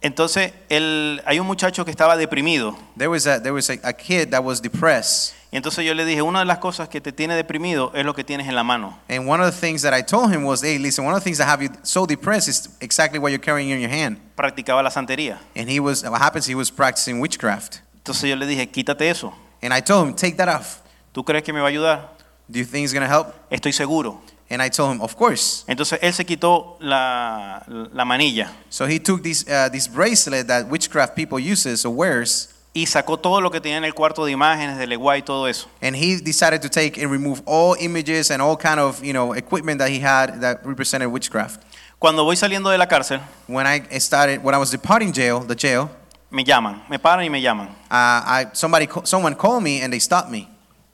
Entonces, el- hay un muchacho que estaba deprimido.
There was, a, there was a, a kid that was depressed.
Y entonces yo le dije, una de las cosas que te tiene deprimido es lo que tienes en la mano.
And one of the things that I told him was, hey, listen, one of the things that have you so depressed is exactly what you're carrying in your hand.
Practicaba la santería.
And he was, what happens, he was practicing witchcraft.
Entonces yo le dije, quítate eso.
And I told him, take that off.
¿Tú crees que me va a ayudar?
Do you think it's going to help?
Estoy seguro.
And I told him, of course.
Entonces él se quitó la, la manilla
So he took this, uh, this bracelet that witchcraft people uses or wears,
y sacó todo lo que tenía en el cuarto de imágenes, de legua y todo eso.
and he decided to take and remove all images and all kind of, you know, equipment that he had that represented witchcraft.
Cuando voy saliendo de la cárcel,
When I started, when I was departing jail, the jail,
me llaman, me paran y me llaman.
uh, I, somebody, ca- someone called me and they stopped me.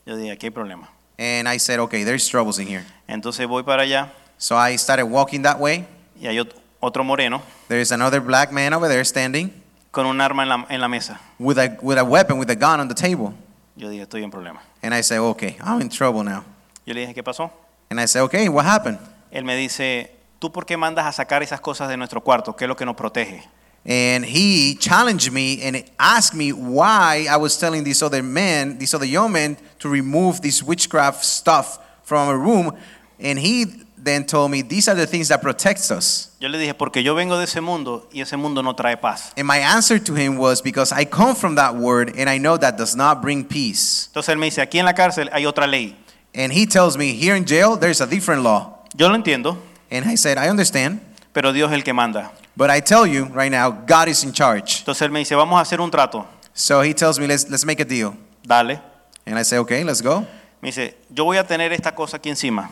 Yo dije, aquí hay problema.
And I said, okay, there's troubles in here.
Entonces voy para allá
So I started walking that way.
y hay ot- otro moreno
There's another black man over there standing
con un arma en la, en la mesa.
with a, with a weapon, with a gun on the table.
Yo dije, estoy en problema.
And I said, okay, I'm in trouble now.
Yo le dije, ¿qué pasó?
And I said, okay, what happened?
Él me dice, ¿tú por qué mandas a sacar esas cosas de nuestro cuarto? ¿Qué es lo que nos protege?
And he challenged me and asked me why I was telling these other men, these other young men, to remove this witchcraft stuff from a room. And he then told me, these are the things that protects us.
Yo le dije, porque yo vengo de ese mundo y ese mundo no trae paz.
And my answer to him was, because I come from that word and I know that does not bring peace.
Entonces él me dice, aquí en la cárcel hay otra ley.
And he tells me, here in jail, there's a different law.
Yo lo entiendo,
And I said, I understand,
pero Dios es el que manda.
but I tell you right now, God is in charge.
Entonces él me dice, vamos a hacer un trato.
So he tells me, let's, let's make a deal.
Dale.
And I say, okay, let's go.
Me dice, yo voy a tener esta cosa aquí encima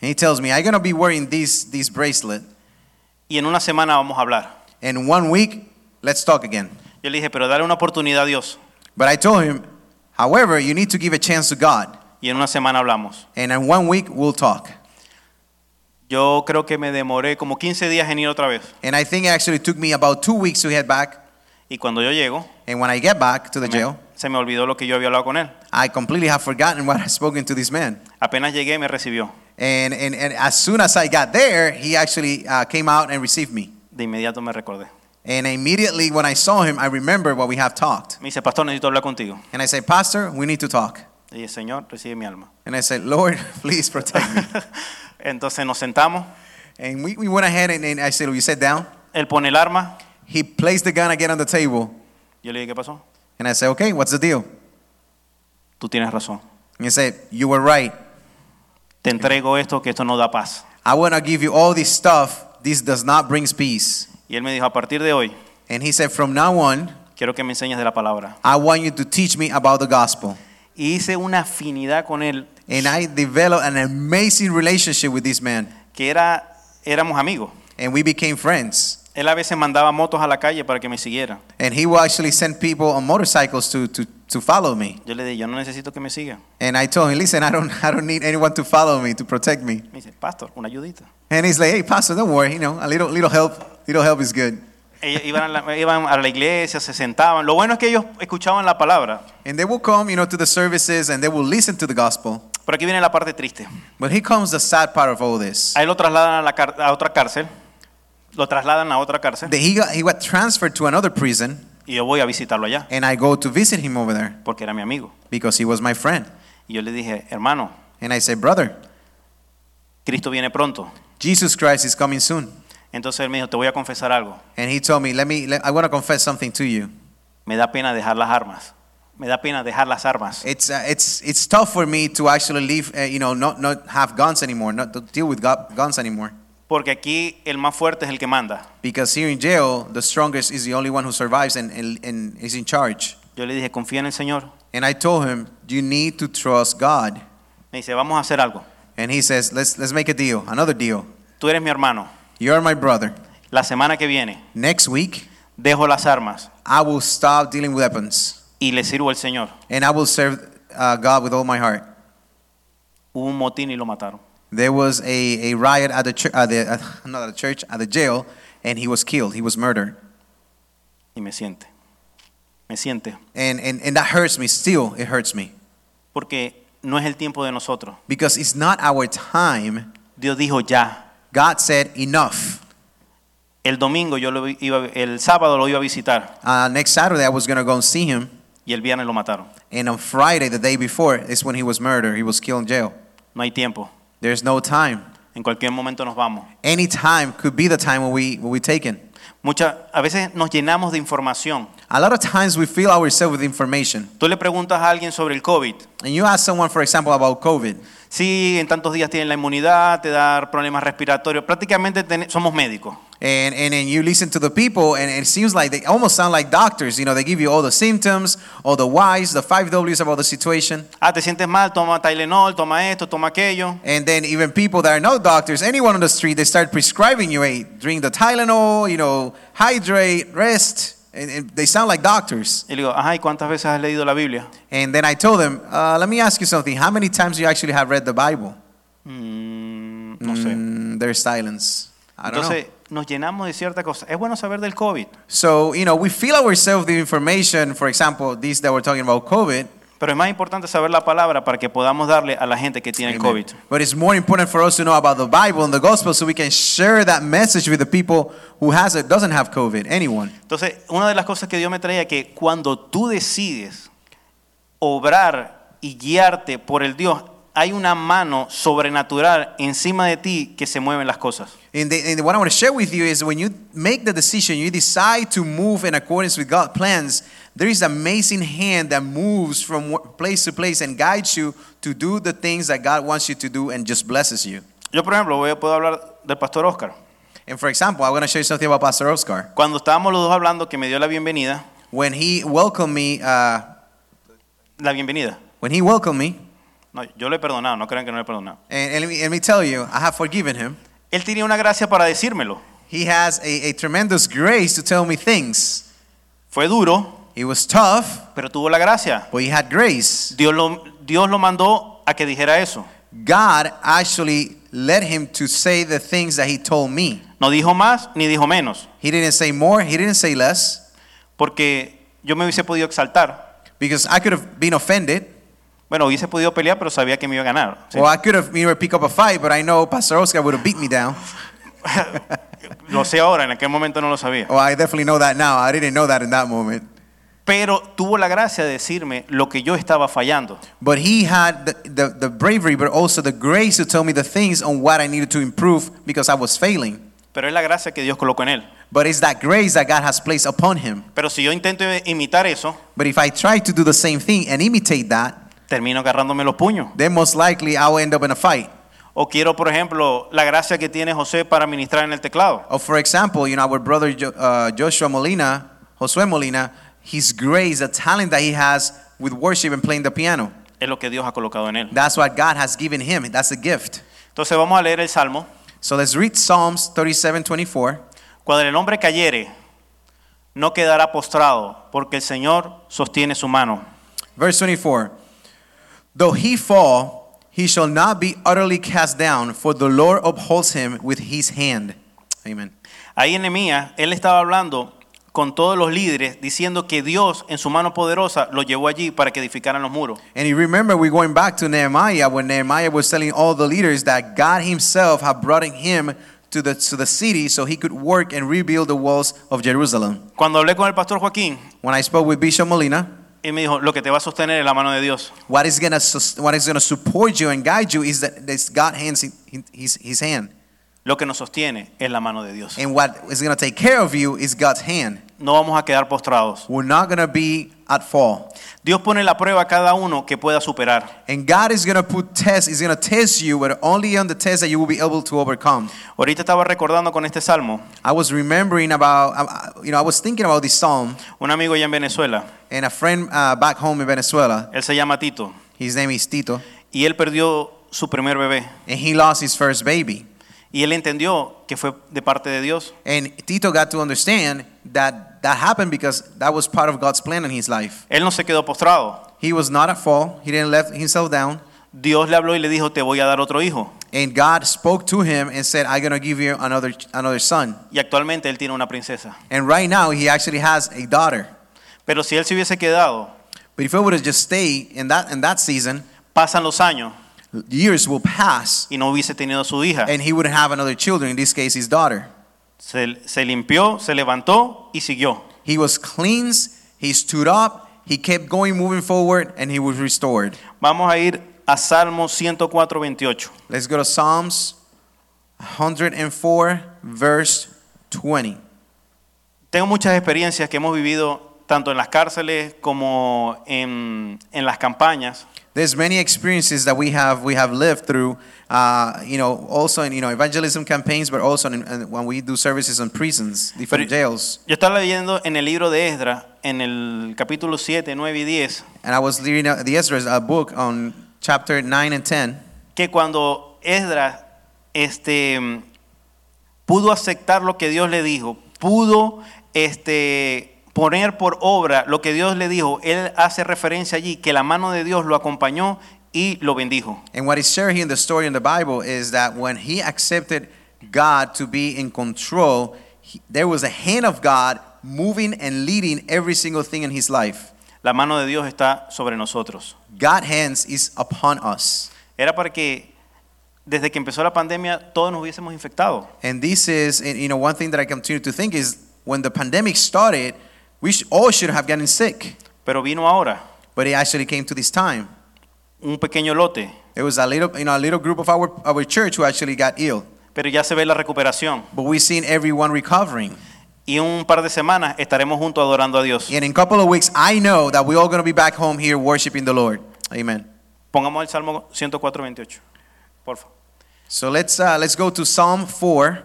And he tells me, I'm going to be wearing this, this bracelet.
y en una semana vamos a hablar.
In one week, let's talk again.
Yo le dije, pero dale una oportunidad a Dios
But I told him, however, you need to give a chance to God.
y en una semana hablamos.
And in one week, we'll talk.
Yo creo que me demoré como 15 días en ir otra vez.
And I think it actually took me about two weeks to head back.
Y cuando yo llego,
And when I get back to the
me-
jail,
se me olvidó lo que yo había hablado con él.
I completely have forgotten what I've spoken to this man.
Apenas llegué, me recibió.
And, and, and as soon as I got there, he actually uh, came out and received me.
De inmediato me recordé.
And immediately when I saw him, I remember what we have talked.
Me dice, pastor, necesito hablar contigo.
And I said, Pastor, we need to talk.
Le dije, Señor, recibe mi alma.
And I said, Lord, please protect me.
Entonces nos sentamos,
and we, we went ahead and, and I said, Will you sit down?
él pone el arma.
He placed the gun again on the table.
Yo le dije, ¿qué pasó?
And I said, Okay, what's the deal?
Tú tienes razón.
And he said, You were right.
Te entrego esto, que esto no da paz.
I want to give you all this stuff. This does not bring peace.
Y él me dijo, a partir de hoy,
And he said, From now on,
quiero que me enseñes de la palabra.
I want you to teach me about the gospel.
Y hice una afinidad con él,
And I developed an amazing relationship with this man.
que era, éramos amigos.
And we became friends.
Él a veces mandaba motos a la calle para que me siguiera.
And he will actually send people on motorcycles to, to, to follow me.
Yo le dije, yo no necesito que me siga.
And I told him, listen, I don't, I don't need anyone to follow me, to protect me.
Me dice, pastor, una ayudita.
And he's like, hey, pastor, don't worry, you know, a little, little help, little help is good.
Ellos iban a, la, iban a la iglesia, se sentaban. Lo bueno es que ellos escuchaban la palabra.
And they will come, you know, to the services and they will listen to the gospel.
Pero aquí viene la parte triste.
But here comes the sad part of all this.
A él lo trasladan a, la car- a otra cárcel. Lo trasladan a otra cárcel.
That he, got, he got transferred to another prison
Y yo voy a visitarlo allá,
and I go to visit him over there
porque era mi amigo.
because he was my friend.
Y yo le dije, hermano,
And I say, brother,
Cristo viene pronto.
Jesus Christ is coming soon.
Entonces él me dijo, te voy a confesar algo.
And he told me, let me, let, I want to confess something to you.
Me da pena dejar las armas. Me da pena dejar las armas.
It's uh, it's it's tough for me to actually leave. Uh, you know, not not have guns anymore, not to deal with gu- guns anymore.
Porque aquí el más fuerte es el que manda.
Because here in jail, the strongest is the only one who survives and, and, and is in charge.
Yo le dije, confía en el Señor.
And I told him, you need to trust God.
Me dice, vamos a hacer algo.
And he says, let's let's make a deal, another deal.
Tú eres mi hermano.
You are my brother.
La semana que viene
Next week,
dejo las armas
I will stop dealing with weapons,
y le sirvo al Señor.
and I will serve uh, God with all my heart.
Hubo un motín y lo mataron.
There was a, a riot at the, chur- at the at, not at the church at the jail, and he was killed. He was murdered.
Y me siente. Me siente.
And, and, and that hurts me still. It hurts me.
Porque no es el tiempo de nosotros.
Because it's not our time.
Dios dijo ya.
God said, enough.
El domingo yo lo iba, el sábado lo iba a visitar
Uh, next Saturday, I was going to go and see him.
y el viernes lo mataron.
And on Friday, the day before, is when he was murdered. He was killed in jail.
No hay tiempo.
There's no time.
En cualquier momento nos vamos.
Any time could be the time when we, when we taken.
Mucha, a veces nos llenamos de información.
A lot of times we fill ourselves with information.
Tú le preguntas a alguien sobre el COVID.
And you ask someone, for example, about COVID.
Sí, en tantos días tienen la inmunidad, te da problemas respiratorios. Prácticamente ten- somos médicos.
And, and and you listen to the people, and it seems like they almost sound like doctors. You know, they give you all the symptoms, all the whys, the five W's about the situation.
Ah, te sientes mal, toma Tylenol, toma esto, toma aquello.
And then even people that are not doctors, anyone on the street, they start prescribing you, hey, drink the Tylenol, you know, hydrate, rest. And, and they sound like doctors.
Y le digo, ajá, ¿y cuántas veces has leído la Biblia?
And then I told them, uh, let me ask you something. How many times you actually have read the Bible?
Mm, no sé.
Mm, there's silence. I don't
Entonces
know.
nos llenamos de cierta cosa. Es bueno saber del COVID,
So, you know, we feel ourselves the information, for example, this that we're talking about, COVID,
Pero es más importante saber la palabra para que podamos darle a la gente que tiene el
Amen.
COVID.
But it's more important for us to know about the Bible and the gospel so we can share that message with the people who has it doesn't have COVID, anyone.
Entonces, una de las cosas que Dios me traía que cuando tú decides obrar y guiarte por el Dios, hay una mano sobrenatural encima de ti que se mueven las cosas.
And, the, and what I want to share with you is when you make the decision, you decide to move in accordance with God's plans, there is an amazing hand that moves from wo- place to place and guides you to do the things that God wants you to do and just blesses you.
Yo, por ejemplo, voy a- puedo hablar del pastor Oscar.
And for example, I'm going to show you something about Pastor Oscar.
Cuando estábamos los dos hablando, que me dio la bienvenida,
When he welcomed me, uh,
la bienvenida.
when he welcomed me,
No, yo le he perdonado, no crean que no le he perdonado.
and, and let, me, let me tell you, I have forgiven him.
Él tenía una gracia para decírmelo.
He has a, a tremendous grace to tell me things.
Fue duro,
He was tough,
pero tuvo la gracia.
but he had grace.
Dios lo, Dios lo mandó a que dijera eso.
God actually led him to say the things that he told me.
No dijo más ni dijo menos,
He didn't say more, he didn't say less,
porque yo me hubiese podido exaltar.
because I could have been offended,
Bueno, hubiese podido pelear, pero sabía que me iba a ganar. ¿sí?
or I could have you know, pick up a fight, but I know Pastor Oscar would have beat me down.
Lo sé ahora, en aquel momento no lo sabía.
Oh, I definitely know that now. I didn't know that in that moment.
Pero tuvo la gracia de decirme lo que yo estaba fallando.
But he had the, the, the bravery, but also the grace to tell me the things on what I needed to improve because I was failing.
Pero es la gracia que Dios colocó en él.
But it's that grace that God has placed upon him.
Pero si yo intento imitar eso,
But if I try to do the same thing and imitate that,
termino agarrándome los puños.
then most likely I'll end up in a fight.
O quiero, por ejemplo, la gracia que tiene José para ministrar en el teclado.
Or Oh, for example, you know, our brother jo- uh, Joshua Molina, Josue Molina, his grace, the talent that he has with worship and playing the piano.
Es lo que Dios ha colocado en él.
That's what God has given him. That's a gift.
Entonces vamos a leer el Salmo.
So let's read Psalms 37, 24.
Cuando el hombre cayere, no quedará postrado, porque el Señor sostiene su mano.
Verse 24. Though he fall, he shall not be utterly cast down, for the Lord upholds him with his hand. Amen.
Ahí en Nehemías, él estaba hablando con todos los líderes, diciendo que Dios en su mano poderosa lo llevó allí para que edificaran los muros.
And you remember we're going back to Nehemiah when Nehemiah was telling all the leaders that God himself had brought him to the to the city so he could work and rebuild the walls of Jerusalem.
Cuando hablé con el pastor Joaquín,
When I spoke with Bishop Molina,
él me dijo, lo que te va a sostener es la mano de Dios.
what is gonna sus- what is gonna support you and guide you is that this God hands in- his, his hand.
Lo que nos sostiene es la mano de Dios.
And what is gonna take care of you is God's hand.
No vamos a quedar postrados.
We're not gonna be at fall.
Dios pone la prueba a cada uno que pueda superar.
And God is gonna put tests, He's gonna test you, but only on the test that you will be able to overcome.
Ahorita estaba recordando con este salmo,
I was remembering about, I- I- you know, I was thinking about this psalm.
un amigo allá en Venezuela,
and a friend uh, back home in Venezuela,
él se llama Tito,
his name is Tito,
y él perdió su primer bebé,
and he lost his first baby.
y él entendió que fue de parte de Dios,
And Tito got to understand that that happened because that was part of God's plan in his life.
él no se quedó postrado,
He was not at fault. He didn't let himself down.
Dios le habló y le dijo, te voy a dar otro hijo,
And God spoke to him and said, "I'm gonna give you another another son."
y actualmente él tiene una princesa,
And right now, he actually has a daughter.
pero si él se hubiese quedado,
But if it would have just stayed in that in that season,
pasan los años
years will pass,
y no hubiese tenido a su hija,
and he wouldn't have another children. In this case, his daughter.
se, se limpió, se levantó y siguió,
He was cleansed, he stood up, he kept going, moving forward, and he was restored.
vamos a ir a Salmo 104, 28,
Let's go to Psalms 104, verse 20.
Tengo muchas experiencias que hemos vivido tanto en las cárceles como en, en las campañas.
There's many experiences that we have we have lived through, uh, you know, also in you know evangelism campaigns, but also in, in, when we do services in prisons, different
Pero-
jails.
Yo estaba leyendo en el libro de Esdras, en el capítulo 7, 9 y 10,
And I was reading uh, the Ezra's uh, book on chapter nine and ten.
que cuando Esdras este, pudo aceptar lo que Dios le dijo, pudo este, poner por obra lo que Dios le dijo, él hace referencia allí que la mano de Dios lo acompañó y lo bendijo.
And what is shared here in the story in the Bible is that when he accepted God to be in control, he- there was a hand of God moving and leading every single thing in his life.
La mano de Dios está sobre nosotros.
God's hands is upon us.
Era para que desde que empezó la pandemia todos nos hubiésemos infectado.
And this is, and, you know, one thing that I continue to think is when the pandemic started, we sh- all should have gotten sick.
Pero vino ahora
But it actually came to this time.
un pequeño lote,
There was a little, you know, a little group of our, our church who actually got ill.
pero ya se ve la recuperación.
But we've seen everyone recovering.
Y en un par de semanas estaremos juntos adorando a Dios.
And in a couple of weeks, I know that we're all going to be back home here worshiping the Lord. Amen.
Pongamos el Salmo 104, 28. Por favor.
So let's, uh, let's go to Psalm 4,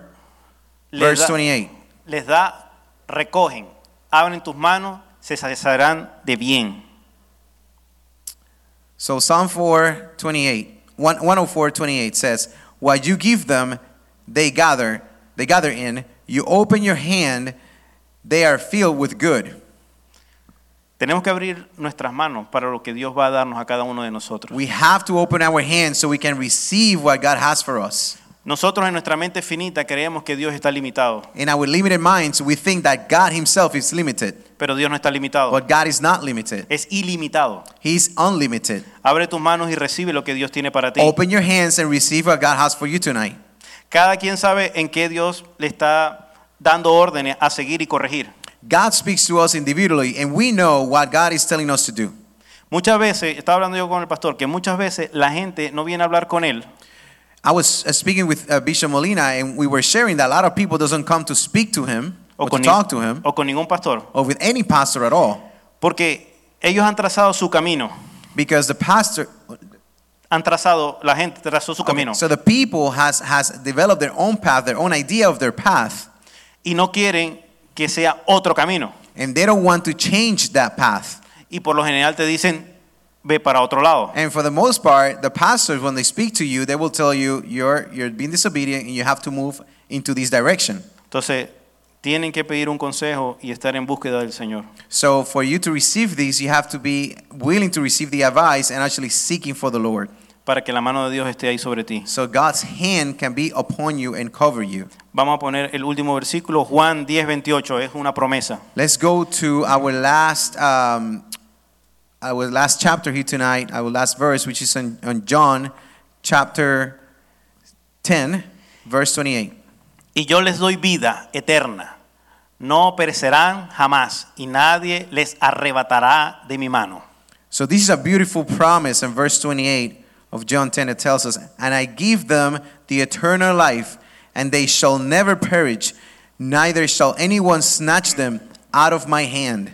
Les
verse
da,
28.
les da, recogen, abren tus manos, se saciarán de bien.
So Psalm 4, 28, 1- 104, 28 oh says, What you give them, they gather, they gather in. You open your hand, they are filled with good.
Tenemos que abrir nuestras manos para lo que Dios va a darnos a cada uno de nosotros.
We have to open our hands so we can receive what God has for us.
Nosotros en nuestra mente finita creemos que Dios está limitado,
In our limited minds, we think that God Himself is limited,
pero Dios no está limitado.
but God is not limited.
Es ilimitado.
He's unlimited.
Abre tus manos y recibe lo que Dios tiene para ti.
Open your hands and receive what God has for you tonight.
Cada quien sabe en qué Dios le está dando órdenes a seguir y corregir.
God speaks to us individually, and we know what God is telling us to do.
Muchas veces, estaba hablando yo con el pastor, que muchas veces la gente no viene a hablar con él
I was uh, speaking with uh, Bishop Molina, and we were sharing that a lot of people doesn't come to speak to him
o,
or to
con, ni-
talk to him
o con ningún pastor,
or with any pastor at all,
porque ellos han trazado su camino,
because the pastor,
han trazado, la gente trazó su camino
so the people has has developed their own path, their own idea of their path,
y no quieren que sea otro camino.
and they don't want to change that path.
Y por lo general te dicen, ve para otro lado.
And for the most part, the pastors, when they speak to you, they will tell you you're you're being disobedient and you have to move into this direction.
Entonces, tienen que pedir un consejo y estar en búsqueda del Señor.
So for you to receive this, you have to be willing to receive the advice and actually seeking for the Lord.
para que la mano de Dios esté ahí sobre ti.
So God's hand can be upon you and cover you.
Vamos a poner el último versículo, Juan 10, 28, es una promesa.
Let's go to our last, um, our last chapter here tonight, our last verse, which is on, on John chapter 10, verse 28.
Y yo les doy vida eterna, no perecerán jamás, y nadie les arrebatará de mi mano.
So this is a beautiful promise in verse 28 of John 10. It tells us, And I give them the eternal life, and they shall never perish, neither shall anyone snatch them out of my hand.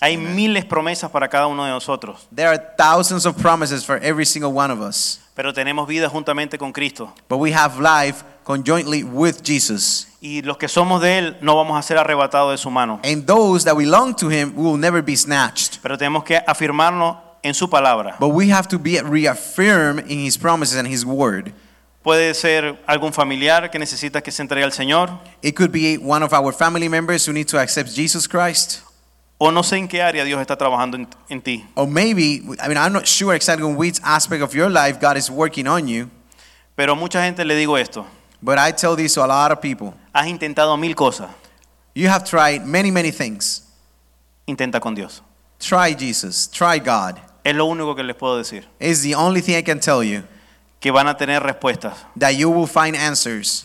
Hay miles de promesas para cada uno de nosotros,
There are thousands of promises for every single one of us.
pero tenemos vida juntamente con Cristo.
But we have life conjointly with Jesus.
Y los que somos de Él no vamos a ser arrebatados de su mano,
And those that belong to him will never be snatched.
pero tenemos que afirmarnos en su palabra.
But we have to be reaffirmed in his promises and his word.
Puede ser algún familiar que necesita que se entregue al Señor,
It could be one of our family members who need to accept Jesus Christ.
o no sé en qué área Dios está trabajando en- en ti.
Or maybe, I mean, I'm not sure exactly on which aspect of your life God is working on you.
Pero a mucha gente le digo esto.
But I tell this to a lot of people.
Has intentado mil cosas.
You have tried many, many things.
Intenta con Dios.
Try Jesus. Try God.
Es lo único que les puedo decir.
It's the only thing I can tell you
Que van a tener respuestas.
that you will find answers.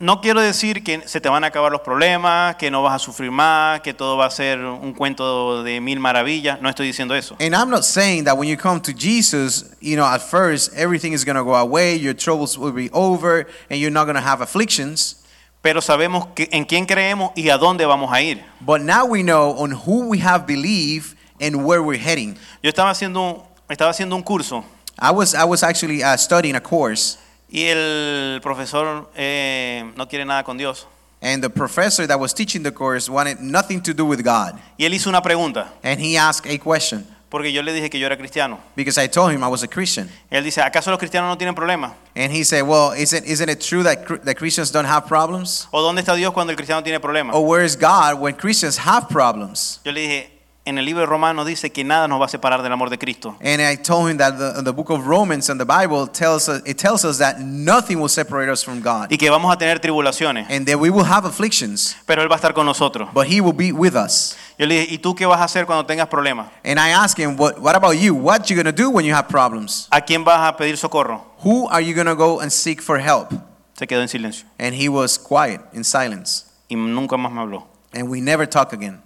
No quiero decir que se te van a acabar los problemas, que no vas a sufrir más, que todo va a ser un cuento de mil maravillas. No estoy diciendo eso.
And I'm not saying that when you come to Jesus, you know, at first everything is going to go away, your troubles will be over, and you're not going to have afflictions.
Pero sabemos que- en quién creemos y a dónde vamos a ir.
But now we know on who we have believed and where we're heading.
Yo estaba haciendo un, estaba haciendo un curso
I was I was actually uh, studying a course,
y el profesor eh, no quiere nada con Dios.
and the professor that was teaching the course wanted nothing to do with God,
Y él hizo una pregunta,
and he asked a question
porque yo le dije que yo era cristiano.
because I told him I was a Christian,
Él dice, ¿acaso los cristianos no tienen problemas?
and he said, "Well, isn't isn't it true that cr- that Christians don't have problems?
¿O dónde está Dios cuando el cristiano tiene problemas?
Or where is God when Christians have problems?"
Yo le dije, en el libro de Romanos dice que nada nos va a separar del amor de Cristo.
And I told him that the, the book of Romans and the Bible tells us, it tells us that nothing will separate us from God.
Y que vamos a tener tribulaciones,
And that we will have afflictions,
pero Él va a estar con nosotros.
but he will be with us.
Yo le dije, ¿y tú qué vas a hacer cuando tengas problemas?
And I asked him, what, what about you? What you going to do when you have problems?
¿A quién vas a pedir socorro?
Who are you going to go and seek for help?
Se quedó en silencio
And he was quiet in silence.
y nunca más me habló.
And we never talk again.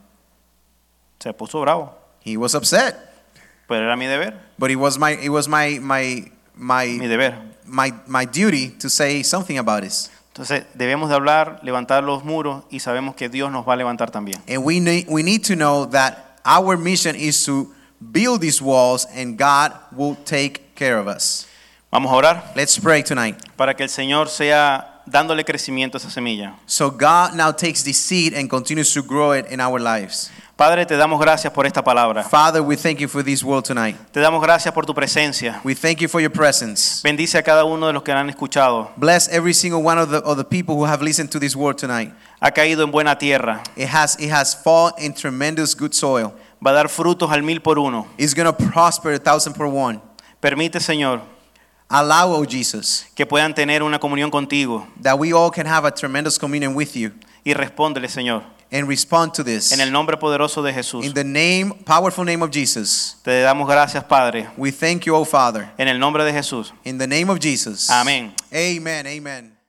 Se puso bravo,
He was upset,
pero era mi deber,
but it was my, it was my, my,
mi
my,
deber.
my, my duty to say something about this.
Entonces debemos de hablar, levantar los muros y sabemos que Dios nos va a levantar también.
And we need, we need to know that our mission is to build these walls and God will take care of us.
Vamos a orar
Let's pray tonight.
para que el Señor sea dándole crecimiento a esa semilla.
So God now takes this seed and continues to grow it in our lives.
Padre, te damos gracias por esta palabra.
Father, we thank you for this world tonight.
Te damos gracias por tu presencia.
We thank you for your presence.
Bendice a cada uno de los que han escuchado.
Bless every single one of the, of the people who have listened to this word tonight.
Ha caído en buena tierra.
It has, it has fallen in tremendous good soil.
Va a dar frutos al mil por uno.
It's going to prosper a thousand for one.
Permite, Señor,
Allow, O Jesus,
que puedan tener una comunión contigo.
that we all can have a tremendous communion with you
Y respóndele, Señor.
and respond to this.
En el nombre poderoso de Jesús.
In the name, powerful name of Jesus,
Te damos gracias, Padre.
we thank you, O Father.
En el nombre de Jesús.
In the name of Jesus.
Amén.
Amen. Amen.